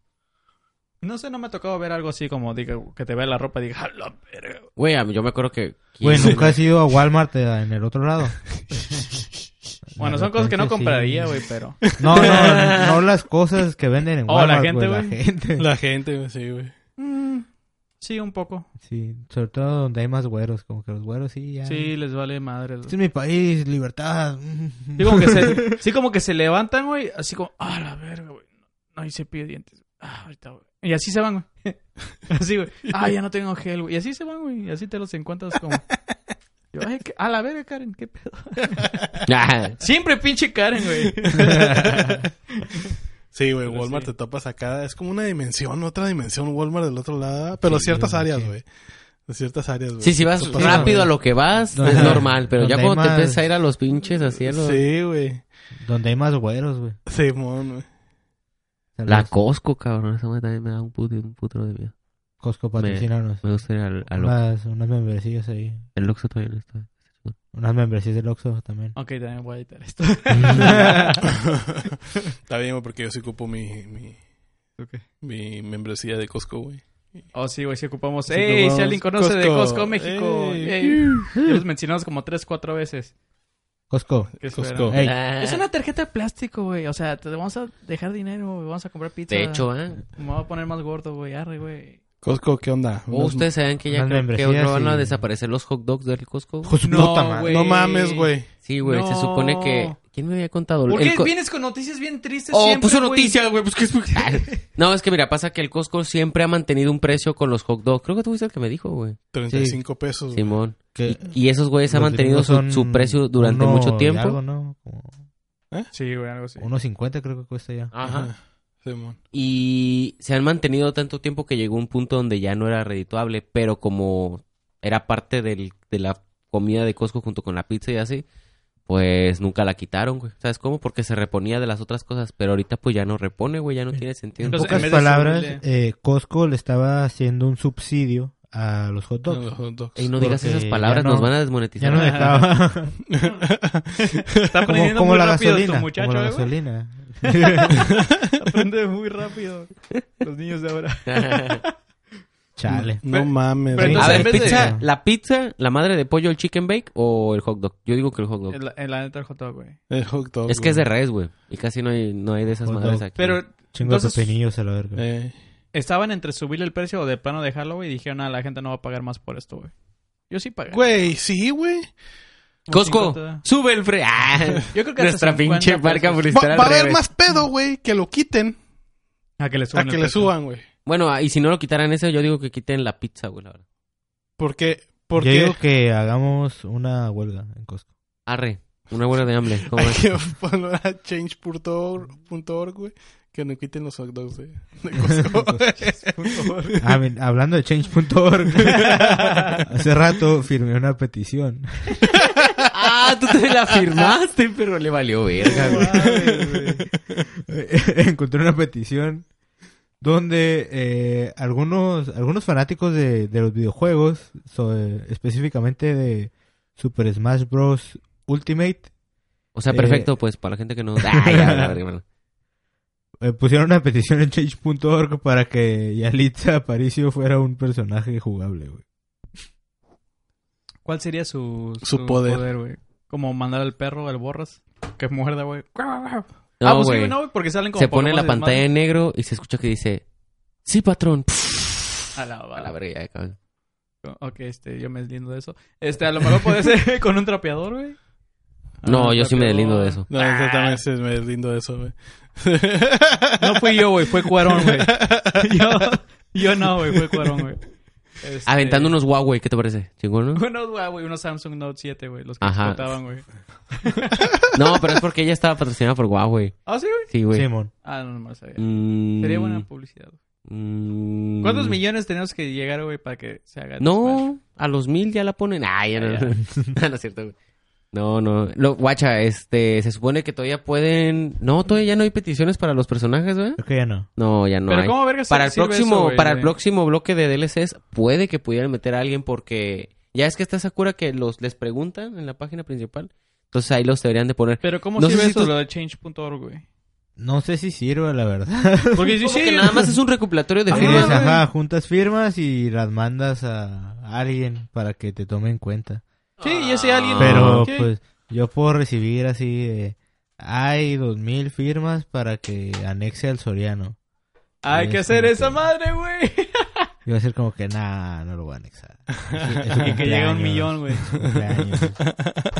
[SPEAKER 1] No sé, no me ha tocado ver algo así como diga, que te vea la ropa y diga, "A la verga".
[SPEAKER 2] Güey, a mí- yo me acuerdo que...
[SPEAKER 3] Güey,
[SPEAKER 2] ¿quién-
[SPEAKER 3] nunca has ido a Walmart eh, en el otro lado.
[SPEAKER 1] Bueno,
[SPEAKER 3] De
[SPEAKER 1] son cosas que no
[SPEAKER 3] repente sí.
[SPEAKER 1] compraría, güey, pero...
[SPEAKER 3] No, no, no las cosas que venden en
[SPEAKER 1] Oh,
[SPEAKER 3] Walmart.
[SPEAKER 1] la gente,
[SPEAKER 3] güey,
[SPEAKER 1] güey.
[SPEAKER 3] La gente.
[SPEAKER 4] La gente, güey, sí, güey.
[SPEAKER 1] Mm, sí, un poco.
[SPEAKER 3] Sí, sobre todo donde hay más güeros, como que los güeros sí ya.
[SPEAKER 1] Sí, les vale madre. güey.
[SPEAKER 3] Este es mi país, libertad.
[SPEAKER 1] Sí, como que se, sí, como que se levantan, güey, así como, ah, la verga, güey. No hice pie de dientes. Ah, ahorita, güey. Y así se van, güey. Así, güey. Ah, ya no tengo gel, güey. Y así se van, güey. Y así te los encuentras como. Yo, ay, qué- a la verga, Karen, qué pedo.
[SPEAKER 2] Ah,
[SPEAKER 1] Siempre pinche Karen, güey.
[SPEAKER 4] Sí, güey,
[SPEAKER 1] Pero
[SPEAKER 4] Walmart
[SPEAKER 1] sí.
[SPEAKER 4] te topas acá. Es como una dimensión, otra dimensión Walmart del otro lado. Pero
[SPEAKER 3] Sí,
[SPEAKER 4] ciertas
[SPEAKER 3] güey,
[SPEAKER 4] áreas,
[SPEAKER 3] sí.
[SPEAKER 4] güey. De ciertas áreas, güey.
[SPEAKER 2] sí, si vas
[SPEAKER 4] Te topas-
[SPEAKER 2] rápido a lo que vas,
[SPEAKER 3] Donde-
[SPEAKER 2] es normal, pero ya
[SPEAKER 3] donde
[SPEAKER 2] cuando
[SPEAKER 3] hay
[SPEAKER 2] te
[SPEAKER 3] más-
[SPEAKER 2] empiezas a ir a los pinches, así a los...
[SPEAKER 4] Sí, güey.
[SPEAKER 3] Donde hay más güeros, güey.
[SPEAKER 4] Simón, güey.
[SPEAKER 2] La
[SPEAKER 3] Saludos.
[SPEAKER 2] Costco, cabrón, esa madre también me da un puto, un putero de miedo.
[SPEAKER 3] Costco patrocinanos.
[SPEAKER 2] Me gusta ir al, al Oxxo.
[SPEAKER 3] Unas, unas membresías ahí.
[SPEAKER 2] El Oxxo todavía no está.
[SPEAKER 3] Unas membresías del Oxxo también.
[SPEAKER 1] Ok, también voy a editar esto.
[SPEAKER 4] Está bien, güey, porque yo sí ocupo mi, mi,
[SPEAKER 1] Ok.
[SPEAKER 4] mi membresía de Costco, güey.
[SPEAKER 1] Oh, sí, güey, si ocupamos.
[SPEAKER 4] Sí,
[SPEAKER 1] ¡Ey!
[SPEAKER 4] ocupamos
[SPEAKER 1] Si alguien conoce de
[SPEAKER 4] Costco.
[SPEAKER 1] Costco México.
[SPEAKER 4] Ey.
[SPEAKER 1] ¡Ey! Ya los mencionamos como tres, cuatro veces.
[SPEAKER 3] Costco.
[SPEAKER 1] ¿Qué
[SPEAKER 4] Costco.
[SPEAKER 1] esperan?
[SPEAKER 3] Ey,
[SPEAKER 2] Ah,
[SPEAKER 1] Es una tarjeta de plástico, güey. O sea, te vamos a dejar dinero, güey. Vamos a comprar pizza.
[SPEAKER 2] De hecho, ¿eh?
[SPEAKER 1] Me voy a poner más gordo, güey. Arre, güey.
[SPEAKER 4] Costco, ¿qué onda?
[SPEAKER 2] ¿O
[SPEAKER 4] Unas-
[SPEAKER 2] ustedes saben que ya
[SPEAKER 3] unas
[SPEAKER 2] creo que
[SPEAKER 3] membresías
[SPEAKER 2] otro van a
[SPEAKER 3] y-
[SPEAKER 2] desaparecer los hot dogs del Costco?
[SPEAKER 3] hijo de su
[SPEAKER 1] No,
[SPEAKER 3] puta madre.
[SPEAKER 1] güey.
[SPEAKER 4] No mames, güey.
[SPEAKER 2] Sí, güey, se
[SPEAKER 1] No.
[SPEAKER 2] supone que... ¿Quién me había contado?
[SPEAKER 1] ¿Por
[SPEAKER 2] El
[SPEAKER 1] qué
[SPEAKER 2] co-
[SPEAKER 1] vienes con noticias bien tristes
[SPEAKER 2] Oh,
[SPEAKER 1] siempre,
[SPEAKER 2] puso
[SPEAKER 1] güey?
[SPEAKER 2] noticia, güey. Pues que es... no, es que mira, pasa que el Costco siempre ha mantenido un precio con los hot dogs. Creo que tú fuiste el que me dijo, güey.
[SPEAKER 4] 35 pesos. güey.
[SPEAKER 2] Simón.
[SPEAKER 3] Que
[SPEAKER 2] Y, y esos güeyes han
[SPEAKER 3] Eh, los
[SPEAKER 2] mantenido
[SPEAKER 3] gringos
[SPEAKER 2] su,
[SPEAKER 3] son
[SPEAKER 2] su precio durante
[SPEAKER 3] uno
[SPEAKER 2] mucho
[SPEAKER 3] y
[SPEAKER 2] tiempo.
[SPEAKER 3] algo, ¿no? Como
[SPEAKER 1] Sí, güey, algo así.
[SPEAKER 3] 1.50 creo que cuesta ya.
[SPEAKER 2] Ajá.
[SPEAKER 4] Simón.
[SPEAKER 2] Y se han mantenido tanto tiempo que llegó un punto donde ya no era redituable, pero como era parte del, de la comida de Costco junto con la pizza y así, pues nunca la quitaron, güey. ¿Sabes cómo? Porque se reponía de las otras cosas, pero ahorita pues ya no repone, güey, ya no tiene sentido.
[SPEAKER 3] Eh, En
[SPEAKER 1] Entonces, en
[SPEAKER 3] pocas
[SPEAKER 1] vez de
[SPEAKER 3] palabras,
[SPEAKER 1] subirle-
[SPEAKER 3] eh, Costco le estaba haciendo un subsidio a los hot dogs.
[SPEAKER 4] Los hot dogs.
[SPEAKER 2] Ey, eh, no digas
[SPEAKER 3] porque
[SPEAKER 2] esas palabras,
[SPEAKER 3] ya no-
[SPEAKER 2] nos van a
[SPEAKER 3] Ya
[SPEAKER 2] desmonetizar.
[SPEAKER 3] no dejaba.
[SPEAKER 1] Está
[SPEAKER 3] como
[SPEAKER 1] aprendiendo
[SPEAKER 3] como
[SPEAKER 1] muy
[SPEAKER 3] la
[SPEAKER 1] rápido
[SPEAKER 3] gasolina.
[SPEAKER 1] tu muchacho,
[SPEAKER 3] como la
[SPEAKER 1] eh, güey.
[SPEAKER 3] gasolina.
[SPEAKER 1] Aprende muy rápido. Los niños de ahora.
[SPEAKER 3] Chale.
[SPEAKER 4] No mames,
[SPEAKER 1] Pero
[SPEAKER 4] güey.
[SPEAKER 2] a
[SPEAKER 1] entonces, en
[SPEAKER 2] ver,
[SPEAKER 1] vez de-
[SPEAKER 2] pizza, ¿la pizza, la madre de pollo, el chicken bake o el hot dog? Yo digo que el hot dog.
[SPEAKER 1] El, el- la neta, el hot dog, güey.
[SPEAKER 4] El hot dog.
[SPEAKER 2] Es que es de
[SPEAKER 4] güey.
[SPEAKER 2] res, güey. Y casi no hay, no hay de esas
[SPEAKER 3] Hot
[SPEAKER 2] madres
[SPEAKER 3] dog.
[SPEAKER 2] aquí.
[SPEAKER 1] Pero
[SPEAKER 3] Chingo de
[SPEAKER 1] Entonces-
[SPEAKER 3] pepinillos a la verga.
[SPEAKER 4] Eh,
[SPEAKER 1] estaban entre subirle el precio o de plano dejarlo, güey. Y dijeron, ah, la gente no va a pagar más por esto, güey. Yo sí pagué.
[SPEAKER 4] Güey, sí, güey.
[SPEAKER 1] Un
[SPEAKER 2] Costco,
[SPEAKER 1] 50.
[SPEAKER 2] sube el fre... ¡Ah!
[SPEAKER 1] Yo creo que
[SPEAKER 2] Nuestra
[SPEAKER 1] hasta 50
[SPEAKER 2] pinche
[SPEAKER 1] pesos.
[SPEAKER 2] marca publicitaria
[SPEAKER 4] Va, va a
[SPEAKER 2] al
[SPEAKER 4] haber
[SPEAKER 2] revés.
[SPEAKER 4] más pedo, güey, que lo quiten
[SPEAKER 1] A que le
[SPEAKER 4] a
[SPEAKER 1] suban.
[SPEAKER 4] que
[SPEAKER 1] el
[SPEAKER 4] le
[SPEAKER 1] precio.
[SPEAKER 4] suban, güey.
[SPEAKER 2] Bueno, ah, y si no lo quitaran eso, yo digo que quiten la pizza, güey, la verdad.
[SPEAKER 4] Porque,
[SPEAKER 3] Yo
[SPEAKER 4] porque
[SPEAKER 3] digo que hagamos una huelga en Costco.
[SPEAKER 2] Arre, una buena de hambre. ¿Cómo
[SPEAKER 4] hay
[SPEAKER 2] ves?
[SPEAKER 4] que poner a change.org, güey, que no quiten los hot dogs de, de Costco.
[SPEAKER 3] Ah, men, hablando de change.org, hace rato firmé una petición.
[SPEAKER 2] ah, tú te la firmaste, pero le valió verga, güey.
[SPEAKER 3] Encontré una petición donde eh, algunos, algunos fanáticos de, de los videojuegos, so- eh, específicamente de Super Smash Bros. Ultimate,
[SPEAKER 2] O sea,
[SPEAKER 3] Eh.
[SPEAKER 2] perfecto, pues, para la gente que no... Ah, ya, la verga, bueno.
[SPEAKER 3] eh, pusieron una petición en change.org para que Yalitza Aparicio fuera un personaje jugable, güey.
[SPEAKER 1] ¿Cuál sería su,
[SPEAKER 4] Su poder.
[SPEAKER 1] güey? Como mandar al perro, al borras, que muerda, güey. ah, pues sí,
[SPEAKER 2] No, güey.
[SPEAKER 1] güey, no, güey, porque salen como
[SPEAKER 2] se pone la
[SPEAKER 1] Pokémon de
[SPEAKER 2] pantalla en negro y se escucha que dice... Sí, patrón.
[SPEAKER 1] desmadre. A la,
[SPEAKER 2] A la verga, ya, cabrón.
[SPEAKER 1] Ok, este, yo me deslindo de eso. Este, a lo mejor puede ser con un trapeador, güey.
[SPEAKER 2] No,
[SPEAKER 1] Ah,
[SPEAKER 2] yo sí me
[SPEAKER 1] trapeador.
[SPEAKER 2] deslindo de eso.
[SPEAKER 4] No, yo también se me deslindo de eso, güey.
[SPEAKER 1] No fui yo, güey, fue Cuarón, güey. Yo, yo no, güey, fue Cuarón, güey. Este,
[SPEAKER 2] Aventando unos Huawei, ¿qué te parece? ¿Chingón, no?
[SPEAKER 1] Unos, ah, güey, unos Samsung Note 7, güey, los que
[SPEAKER 2] Ajá.
[SPEAKER 1] explotaban, güey.
[SPEAKER 2] No, pero es porque ella estaba patrocinada por Huawei.
[SPEAKER 1] Ah, sí, güey.
[SPEAKER 2] Sí, güey.
[SPEAKER 3] Simón.
[SPEAKER 1] Ah, no, no me lo sabía.
[SPEAKER 2] Mm,
[SPEAKER 1] Sería buena publicidad. güey.
[SPEAKER 2] mm,
[SPEAKER 1] ¿Cuántos millones tenemos que llegar, güey, para que se haga? el Smash?
[SPEAKER 2] No, a los mil ya la ponen. Ah, ya no.
[SPEAKER 1] Ah,
[SPEAKER 2] no, no es cierto, güey. No, no. Lo, guacha, este, se supone que todavía pueden... No, todavía ya no hay peticiones para los personajes, güey.
[SPEAKER 3] Creo que ya no.
[SPEAKER 2] No, ya no
[SPEAKER 1] Pero
[SPEAKER 2] hay.
[SPEAKER 1] ¿cómo verga se
[SPEAKER 2] para el
[SPEAKER 1] sirve
[SPEAKER 2] próximo,
[SPEAKER 1] eso, güey?
[SPEAKER 2] para el próximo bloque de DLCs, puede que pudieran meter a alguien porque ya es que está esa cura que los les preguntan en la página principal. Entonces ahí los deberían de poner.
[SPEAKER 1] Pero ¿cómo
[SPEAKER 2] No
[SPEAKER 1] sirve
[SPEAKER 2] sé si
[SPEAKER 1] eso
[SPEAKER 2] tú-
[SPEAKER 1] lo de change.org, güey?
[SPEAKER 3] No sé si sirve, la verdad.
[SPEAKER 1] Porque
[SPEAKER 2] Como
[SPEAKER 1] sí,
[SPEAKER 2] que nada más es un recopilatorio de
[SPEAKER 1] Ajá,
[SPEAKER 3] Sí,
[SPEAKER 2] firmas,
[SPEAKER 3] o sea,
[SPEAKER 1] güey.
[SPEAKER 3] ajá, juntas firmas y las mandas a alguien para que te tome en cuenta.
[SPEAKER 1] Sí, yo sé alguien.
[SPEAKER 3] Pero
[SPEAKER 1] ok.
[SPEAKER 3] pues yo puedo recibir así de... Hay dos mil firmas para que anexe al Soriano.
[SPEAKER 1] Hay que
[SPEAKER 3] es
[SPEAKER 1] hacer
[SPEAKER 3] como
[SPEAKER 1] esa
[SPEAKER 3] que-
[SPEAKER 1] madre, güey.
[SPEAKER 3] Iba a ser como que, nah, no lo voy a anexar.
[SPEAKER 1] Y que llegue a un millón, güey.
[SPEAKER 3] cumpleaños.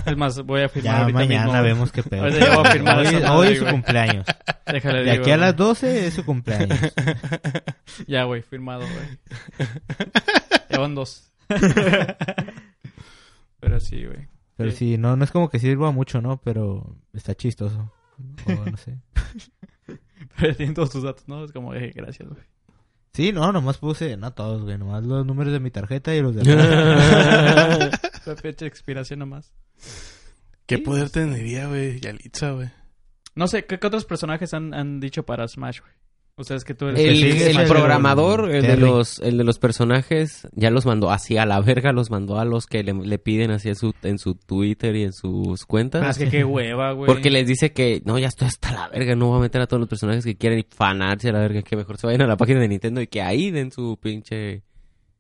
[SPEAKER 1] Es más, voy a firmar
[SPEAKER 3] Ya
[SPEAKER 1] ahorita
[SPEAKER 3] mañana
[SPEAKER 1] mismo.
[SPEAKER 3] vemos qué pedo.
[SPEAKER 1] Ahorita ya voy a firmar
[SPEAKER 3] hoy,
[SPEAKER 1] esa
[SPEAKER 3] hoy
[SPEAKER 1] madre,
[SPEAKER 3] es su
[SPEAKER 1] güey.
[SPEAKER 3] cumpleaños.
[SPEAKER 1] Déjale
[SPEAKER 3] De
[SPEAKER 1] digo,
[SPEAKER 3] aquí a
[SPEAKER 1] güey.
[SPEAKER 3] las 12 es su cumpleaños.
[SPEAKER 1] Ya, güey, firmado, güey. Ya van dos. Pero sí, güey.
[SPEAKER 3] Pero sí, no, no es como que sirva mucho, ¿no? Pero está chistoso. O no sé.
[SPEAKER 1] Pero tienen todos tus datos, ¿no? Es como, eh, gracias, güey.
[SPEAKER 3] Sí, no, nomás puse, no todos, güey, nomás los números de mi tarjeta y los de
[SPEAKER 1] La fecha de expiración nomás.
[SPEAKER 4] ¿Qué poder tendría, güey? Yalitza, güey.
[SPEAKER 1] No sé, ¿qué, qué otros personajes han, han dicho para Smash, güey? Ustedes que tú eres...
[SPEAKER 2] El,
[SPEAKER 3] Sí,
[SPEAKER 2] el
[SPEAKER 3] el-
[SPEAKER 2] programador el de
[SPEAKER 3] Terry.
[SPEAKER 2] los el de los personajes ya los mandó así a la verga, los mandó a los que le, le piden así en su, en su Twitter y en sus cuentas.
[SPEAKER 1] Ah, es que qué hueva, güey.
[SPEAKER 2] Porque les dice que no, ya estoy hasta la verga, no voy a meter a todos los personajes que quieren y fanarse a la verga, que mejor se vayan a la página de Nintendo y que ahí den su pinche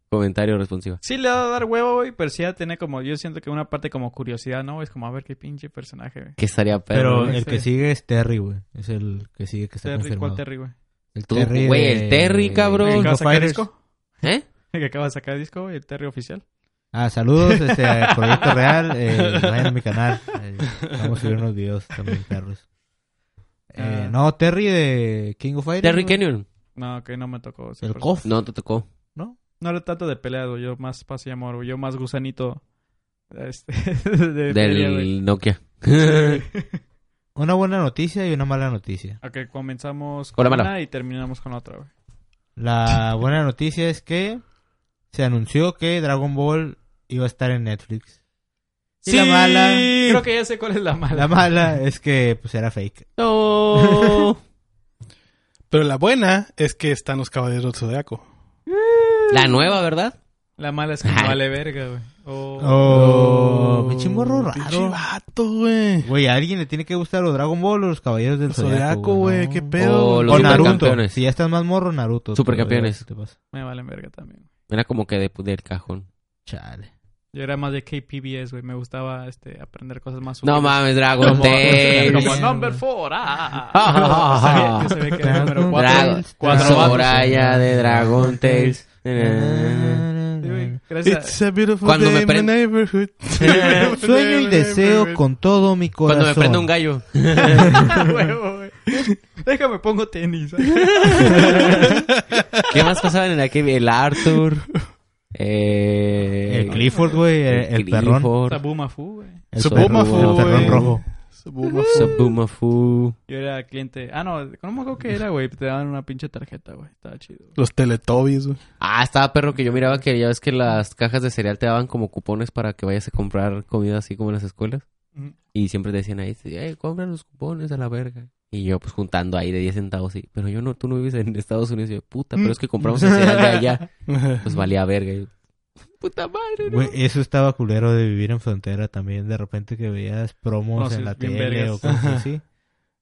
[SPEAKER 2] comentario responsivo.
[SPEAKER 1] Sí le va a dar huevo, güey, pero sí va a tener como... Yo siento que una parte como curiosidad, ¿no? Es como, a ver qué pinche personaje, güey.
[SPEAKER 2] Que estaría
[SPEAKER 3] Pero
[SPEAKER 2] perro. ¿eh?
[SPEAKER 1] no
[SPEAKER 3] el
[SPEAKER 1] sé.
[SPEAKER 3] que sigue es Terry, güey. Es el que sigue que está
[SPEAKER 1] Terry, ¿Cuál
[SPEAKER 3] confirmado.
[SPEAKER 1] Terry, güey?
[SPEAKER 3] El
[SPEAKER 2] Tú, güey, el Terry, cabrón.
[SPEAKER 1] ¿El
[SPEAKER 2] King
[SPEAKER 1] que acaba de
[SPEAKER 3] King of
[SPEAKER 1] sacar
[SPEAKER 3] Fighters.
[SPEAKER 1] disco?
[SPEAKER 2] ¿Eh?
[SPEAKER 1] ¿El que acaba de sacar disco, güey? ¿El Terry oficial?
[SPEAKER 3] Ah, saludos, este, a Proyecto Real. Eh, vayan a mi canal. eh, vamos a subir unos videos también, perros. Eh,
[SPEAKER 1] Ah.
[SPEAKER 3] No, Terry de King of Fighters.
[SPEAKER 2] Terry
[SPEAKER 3] güey.
[SPEAKER 2] Canyon.
[SPEAKER 1] No, que no me tocó. ese
[SPEAKER 3] El
[SPEAKER 1] personaje.
[SPEAKER 3] Kof.
[SPEAKER 2] No te tocó.
[SPEAKER 1] No era tanto de peleado, yo más paz y amor, güey. Yo más gusanito. Este, de pelea, güey.
[SPEAKER 2] Del Nokia.
[SPEAKER 3] Una buena noticia y una mala noticia.
[SPEAKER 1] Ok, comenzamos
[SPEAKER 2] Hola,
[SPEAKER 1] con
[SPEAKER 2] mala.
[SPEAKER 1] una y terminamos con otra, güey.
[SPEAKER 3] La buena noticia es que se anunció que Dragon Ball iba a estar en Netflix. Y la mala.
[SPEAKER 1] Creo que ya sé cuál es la mala.
[SPEAKER 3] La mala es que pues era fake.
[SPEAKER 2] No.
[SPEAKER 4] Pero la buena es que están los caballeros zodiaco.
[SPEAKER 2] La nueva, ¿verdad?
[SPEAKER 1] La mala es que no vale verga, güey. Oh.
[SPEAKER 3] Oh, pinche morro
[SPEAKER 4] Pinche
[SPEAKER 3] raro.
[SPEAKER 4] vato, güey.
[SPEAKER 3] Güey, a alguien le tiene que gustar los Dragon Ball o los Caballeros del
[SPEAKER 4] Zodiaco,
[SPEAKER 3] Zodiaco,
[SPEAKER 4] güey,
[SPEAKER 3] ¿no?
[SPEAKER 4] qué pedo.
[SPEAKER 2] O
[SPEAKER 4] güey.
[SPEAKER 2] Oh, los
[SPEAKER 3] O Naruto.
[SPEAKER 2] supercampeones.
[SPEAKER 3] Si ya estás más morro, Naruto.
[SPEAKER 2] Supercampeones.
[SPEAKER 3] Pero, ¿qué te pasa?
[SPEAKER 1] Me valen verga también.
[SPEAKER 2] Era como que de, del cajón.
[SPEAKER 3] Chale.
[SPEAKER 1] Yo era más de KPBS, güey. Me gustaba este, aprender cosas más
[SPEAKER 2] No mames, Dragon
[SPEAKER 1] Como, como
[SPEAKER 2] Tales.
[SPEAKER 3] no.
[SPEAKER 1] number four. Ah,
[SPEAKER 2] Ah.
[SPEAKER 1] Sabía- yo sabía que era el número cuatro.
[SPEAKER 2] Dragon-
[SPEAKER 1] güey. Cuatro vatos.
[SPEAKER 2] Soraya de Dragon Tales.
[SPEAKER 1] Sí,
[SPEAKER 2] Eh.
[SPEAKER 1] güey.
[SPEAKER 4] It's
[SPEAKER 1] Gracias. a-
[SPEAKER 4] a beautiful
[SPEAKER 2] Cuando
[SPEAKER 4] day
[SPEAKER 2] me
[SPEAKER 4] in
[SPEAKER 2] prend-
[SPEAKER 4] the neighborhood.
[SPEAKER 3] Sueño y deseo con todo mi corazón.
[SPEAKER 2] Cuando me prende un gallo.
[SPEAKER 1] Huevo, güey. Déjame pongo tenis.
[SPEAKER 2] ¿Qué más pasaban en aquel? El Arthur. Eh,
[SPEAKER 3] El Clifford, güey, el, el perrón.
[SPEAKER 1] Está Bumafu, güey.
[SPEAKER 3] El
[SPEAKER 2] Su
[SPEAKER 3] perro,
[SPEAKER 4] Bumafu,
[SPEAKER 3] el perrón
[SPEAKER 4] güey.
[SPEAKER 3] rojo.
[SPEAKER 2] Subumafu.
[SPEAKER 1] Yo era cliente. Ah, no, no me acuerdo qué era, güey. Te daban una pinche tarjeta, güey. Estaba chido. güey.
[SPEAKER 4] Los Teletubbies, güey.
[SPEAKER 2] Ah, estaba perro que yo miraba que ya ves que las cajas de cereal te daban como cupones para que vayas a comprar comida así como en las escuelas.
[SPEAKER 1] Ujú.
[SPEAKER 2] Y siempre te decían ahí, eh, compra los cupones a la verga. Y yo pues juntando ahí de 10 centavos y, pero yo no, tú no vives en Estados Unidos. Y yo, puta, pero es que compramos el cereal de allá. Pues valía verga. Y yo, puta madre, ¿no?
[SPEAKER 3] Güey, eso estaba culero de vivir en frontera también. De repente que veías promos
[SPEAKER 1] No, sí,
[SPEAKER 3] en la
[SPEAKER 1] bien
[SPEAKER 3] tele
[SPEAKER 1] vergas.
[SPEAKER 3] o cosas así.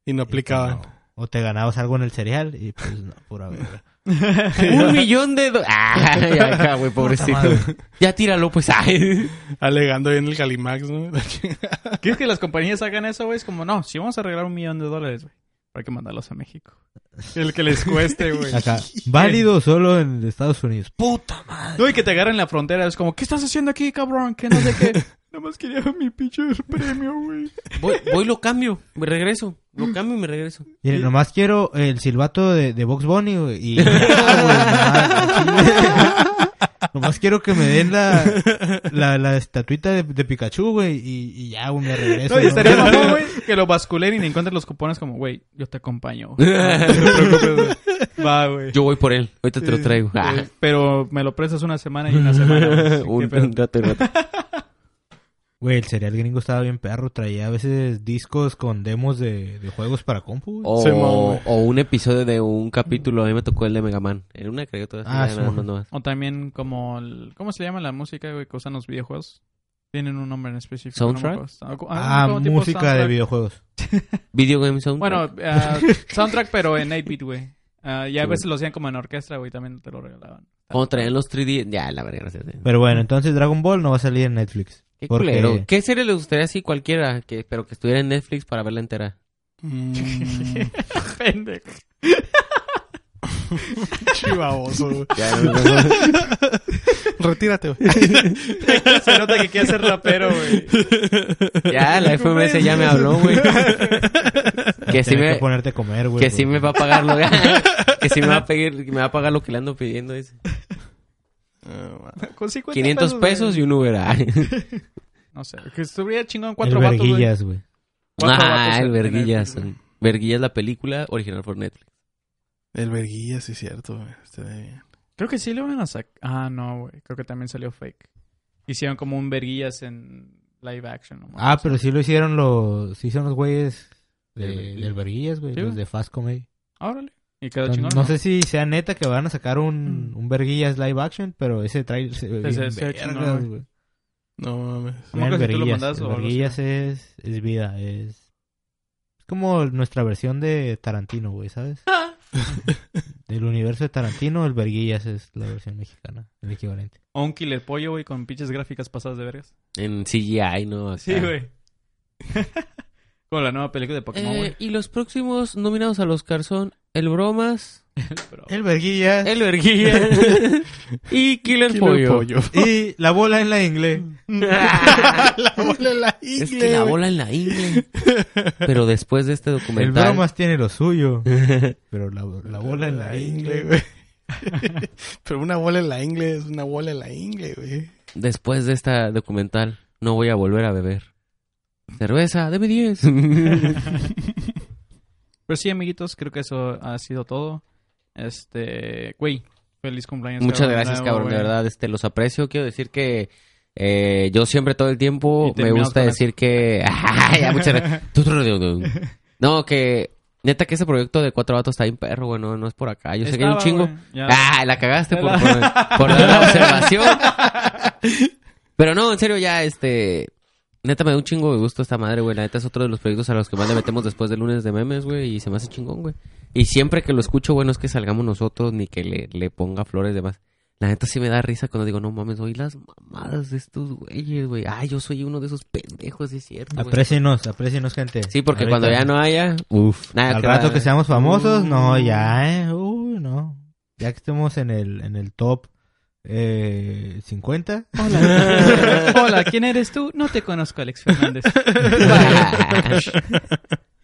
[SPEAKER 4] Y no
[SPEAKER 3] Y, pues,
[SPEAKER 4] aplicaban.
[SPEAKER 3] no. O te ganabas algo en el cereal y pues no, pura verga.
[SPEAKER 2] Un millón de dólares. Ah, ya, acá, güey, pobrecito.
[SPEAKER 3] Puta
[SPEAKER 2] Ya tíralo, pues. Ay.
[SPEAKER 4] Alegando bien el Calimax, ¿no?
[SPEAKER 1] ¿Crees que las compañías hagan eso, güey? Es como, no, si vamos a arreglar un millón de dólares, güey. Hay que mandarlos a México. El que les cueste, güey.
[SPEAKER 3] Acá, válido solo en Estados Unidos. Puta madre.
[SPEAKER 1] No, y que te agarren en la frontera. Es como, ¿qué estás haciendo aquí, cabrón? Que no sé qué. Nada más quería mi pinche premio, güey.
[SPEAKER 2] Voy, voy, lo cambio, me regreso. Lo cambio y me regreso.
[SPEAKER 3] Miren, nomás quiero el silbato de, de Box Bunny güey, y... Ah, güey, nomás- nomás quiero que me den la, la, la estatuita de, de Pikachu, güey, y, y ya, güey, me regreso.
[SPEAKER 1] No, y
[SPEAKER 3] ¿no?
[SPEAKER 1] estaría mamón, güey, que lo basculen y le encuentren los cupones como, güey, yo te acompaño. güey. No te preocupes, güey. Va, güey.
[SPEAKER 2] Yo voy por él, ahorita te lo traigo. Ah.
[SPEAKER 1] Eh, Pero me lo prestas una semana y una semana. güey. Sí,
[SPEAKER 2] Un,
[SPEAKER 1] qué pedo.
[SPEAKER 2] un rato y rato.
[SPEAKER 3] Güey, el cereal gringo estaba bien perro. Traía a veces discos con demos de, de juegos para compu.
[SPEAKER 1] Ah,
[SPEAKER 3] güey.
[SPEAKER 2] O,
[SPEAKER 4] Simón, güey.
[SPEAKER 2] o un episodio de un capítulo, a mí me tocó el de Mega Man. Era una creo todas
[SPEAKER 3] Ah,
[SPEAKER 2] eran
[SPEAKER 3] Simón.
[SPEAKER 2] unas nuevas.
[SPEAKER 1] O también como... el- ¿Cómo se llama la música, güey, que usan los videojuegos? Tienen un nombre en específico. no me
[SPEAKER 2] ¿Soundtrack?
[SPEAKER 1] acuerdo.
[SPEAKER 3] Ah,
[SPEAKER 1] como tipo
[SPEAKER 3] música de
[SPEAKER 1] soundtrack.
[SPEAKER 3] videojuegos.
[SPEAKER 2] Video Game Sound.
[SPEAKER 1] Bueno, ah, soundtrack pero en 8-bit, güey. Ah, ya a
[SPEAKER 2] Sí,
[SPEAKER 1] veces lo hacían como en orquesta, güey, también te lo regalaban.
[SPEAKER 2] ¿Cómo traían los 3D? Ya, la verga, gracias.
[SPEAKER 3] Pero bueno, entonces Dragon Ball no va a salir en Netflix.
[SPEAKER 2] Qué
[SPEAKER 3] Porque-
[SPEAKER 2] culero. ¿Qué serie le gustaría así cualquiera, que, pero que estuviera en Netflix para verla entera?
[SPEAKER 4] Mm,
[SPEAKER 1] Pendejo.
[SPEAKER 4] chivaboso, güey.
[SPEAKER 2] Ya, no, no, no.
[SPEAKER 4] Retírate, güey.
[SPEAKER 1] Se nota que quiere ser rapero, güey.
[SPEAKER 2] Ya, la FMS ya me habló, güey. Que sí
[SPEAKER 3] Tienes
[SPEAKER 2] me,
[SPEAKER 3] que ponerte a comer, güey.
[SPEAKER 2] que sí
[SPEAKER 3] porque-
[SPEAKER 2] me va a pagar lo que sí me va a pedir, que me va a pagar lo que le ando pidiendo, dice. Oh,
[SPEAKER 4] Ah, va.
[SPEAKER 1] Con 50
[SPEAKER 2] 500 pesos
[SPEAKER 1] güey.
[SPEAKER 2] y un Uber. ay.
[SPEAKER 1] No sé, que estuviera chingón
[SPEAKER 3] El
[SPEAKER 1] cuatro vatos, güey.
[SPEAKER 3] verguillas, güey.
[SPEAKER 1] Cuatro
[SPEAKER 2] Ah,
[SPEAKER 1] vatos
[SPEAKER 2] el
[SPEAKER 1] en- en
[SPEAKER 2] Verguillas.
[SPEAKER 1] Netflix, güey.
[SPEAKER 2] Verguillas la película original por Netflix.
[SPEAKER 4] El verguilla, sí, cierto, güey. Este Estaría bien.
[SPEAKER 1] Creo que sí lo van a sacar. Ah, no, güey. Creo que también salió fake. Hicieron como un verguillas en live action. ¿no?
[SPEAKER 3] Ah, pero sí lo hicieron los... Sí son los güeyes de-
[SPEAKER 2] Del verguillas.
[SPEAKER 3] del verguillas, güey.
[SPEAKER 1] Sí,
[SPEAKER 3] los
[SPEAKER 1] güey.
[SPEAKER 3] de Fast Comedy.
[SPEAKER 1] Órale. Y quedó
[SPEAKER 3] No,
[SPEAKER 1] chingón.
[SPEAKER 3] no sé si sea neta que van a sacar un, un verguillas live action, pero ese trailer se ve
[SPEAKER 1] Se- se-
[SPEAKER 3] bien
[SPEAKER 1] se ve
[SPEAKER 3] vergas,
[SPEAKER 1] chingón, güey.
[SPEAKER 3] güey.
[SPEAKER 4] No mames.
[SPEAKER 1] No me acuerdo si
[SPEAKER 3] El
[SPEAKER 1] tú lo
[SPEAKER 3] verguillas,
[SPEAKER 1] mandaste
[SPEAKER 3] el
[SPEAKER 1] o algo así.
[SPEAKER 3] verguillas es, es vida, es... Es como nuestra versión de Tarantino, güey, ¿sabes? Del universo de Tarantino, el verguillas es la versión mexicana, el equivalente.
[SPEAKER 1] O un killer pollo, güey, con pinches gráficas pasadas de vergas.
[SPEAKER 2] En CGI, ¿no? Acá.
[SPEAKER 1] Sí, güey. como la nueva película de Pokémon,
[SPEAKER 2] Eh,
[SPEAKER 1] güey.
[SPEAKER 2] y los próximos nominados al Oscar son El Bromas,
[SPEAKER 1] Pero-
[SPEAKER 3] El verguillas
[SPEAKER 2] El Verguilla y Killer,
[SPEAKER 4] Kilo de
[SPEAKER 2] Pollo.
[SPEAKER 4] pollo.
[SPEAKER 3] y la bola en la inglés.
[SPEAKER 4] la bola en la
[SPEAKER 2] es que
[SPEAKER 4] ingle,
[SPEAKER 2] la
[SPEAKER 4] güey.
[SPEAKER 2] bola en la ingle. Pero después de este
[SPEAKER 3] El
[SPEAKER 2] documental...
[SPEAKER 3] bromas tiene lo suyo, pero la, la bola en la ingle, güey.
[SPEAKER 4] Pero una bola en la ingle es una bola en la ingle, güey.
[SPEAKER 2] Después de esta documental, no voy a volver a beber. Cerveza, deme 10.
[SPEAKER 1] Pero sí, amiguitos, creo que eso ha sido todo. Este, güey, feliz cumpleaños.
[SPEAKER 2] Muchas
[SPEAKER 1] cabrón,
[SPEAKER 2] gracias,
[SPEAKER 1] nuevo,
[SPEAKER 2] cabrón. De
[SPEAKER 1] güey.
[SPEAKER 2] verdad, este, los aprecio. Quiero decir que eh, yo siempre, todo el tiempo,
[SPEAKER 1] Y
[SPEAKER 2] me
[SPEAKER 1] terminamos
[SPEAKER 2] gusta
[SPEAKER 1] con
[SPEAKER 2] decir que... Ya, muchas gracias. No, que... Neta que ese proyecto de Cuatro Vatos está bien perro, güey. No, no es por acá. Yo sé que hay un
[SPEAKER 1] Estaba,
[SPEAKER 2] chingo.
[SPEAKER 1] güey, ya.
[SPEAKER 2] Ah, la cagaste por, por, por la observación. Pero no, en serio, ya, este... Neta, me da un chingo de gusto esta madre, güey. La neta es otro de los proyectos a los que más le metemos después del lunes de memes, güey. Y se me hace chingón, güey. Y siempre que lo escucho, bueno, es que salgamos nosotros ni que le, le ponga flores de más. La neta sí me da risa cuando digo, no mames, oí las mamadas de estos güeyes, güey. Ay, yo soy uno de esos pendejos, sí es cierto, güey.
[SPEAKER 3] Aprécienos, aprécienos, gente.
[SPEAKER 2] Sí, porque
[SPEAKER 3] Ahorita-
[SPEAKER 2] cuando ya no haya, uff, nada
[SPEAKER 3] Al
[SPEAKER 2] que
[SPEAKER 3] rato
[SPEAKER 2] va-
[SPEAKER 3] que seamos famosos, no,
[SPEAKER 2] Uh.
[SPEAKER 3] ya, eh. Uy, no. Ya que estemos en el, en el top eh, 50.
[SPEAKER 1] Hola. Hola, ¿quién eres tú? No te conozco, Alex Fernández. Bye.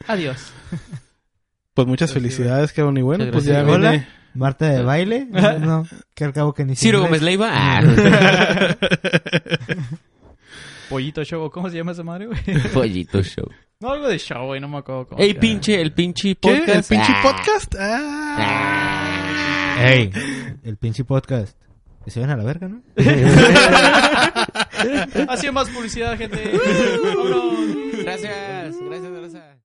[SPEAKER 1] Adiós.
[SPEAKER 4] Pues muchas
[SPEAKER 1] Pero sí,
[SPEAKER 4] felicidades, cabrón. Y bueno,
[SPEAKER 2] Muchas
[SPEAKER 4] pues ya
[SPEAKER 3] gracias.
[SPEAKER 4] viene.
[SPEAKER 3] Marta de baile. No, no, que al cabo que ni
[SPEAKER 2] Ciro
[SPEAKER 3] siquiera-
[SPEAKER 2] Gómez Leiva. Ah, no.
[SPEAKER 1] Pollito Show, ¿cómo se llama esa madre, güey?
[SPEAKER 2] Pollito show.
[SPEAKER 1] No, algo de show, güey, no me acuerdo cómo.
[SPEAKER 2] Ey,
[SPEAKER 1] se llama.
[SPEAKER 2] pinche, el pinche
[SPEAKER 4] ¿Qué?
[SPEAKER 2] podcast.
[SPEAKER 4] ¿El pinche
[SPEAKER 2] Ah.
[SPEAKER 4] podcast? Ah.
[SPEAKER 2] Ah.
[SPEAKER 3] Ey, el pinche podcast. Que se ven a la verga, ¿no?
[SPEAKER 1] Ha sido más publicidad, gente. Vámonos.
[SPEAKER 2] Gracias, gracias, gracias.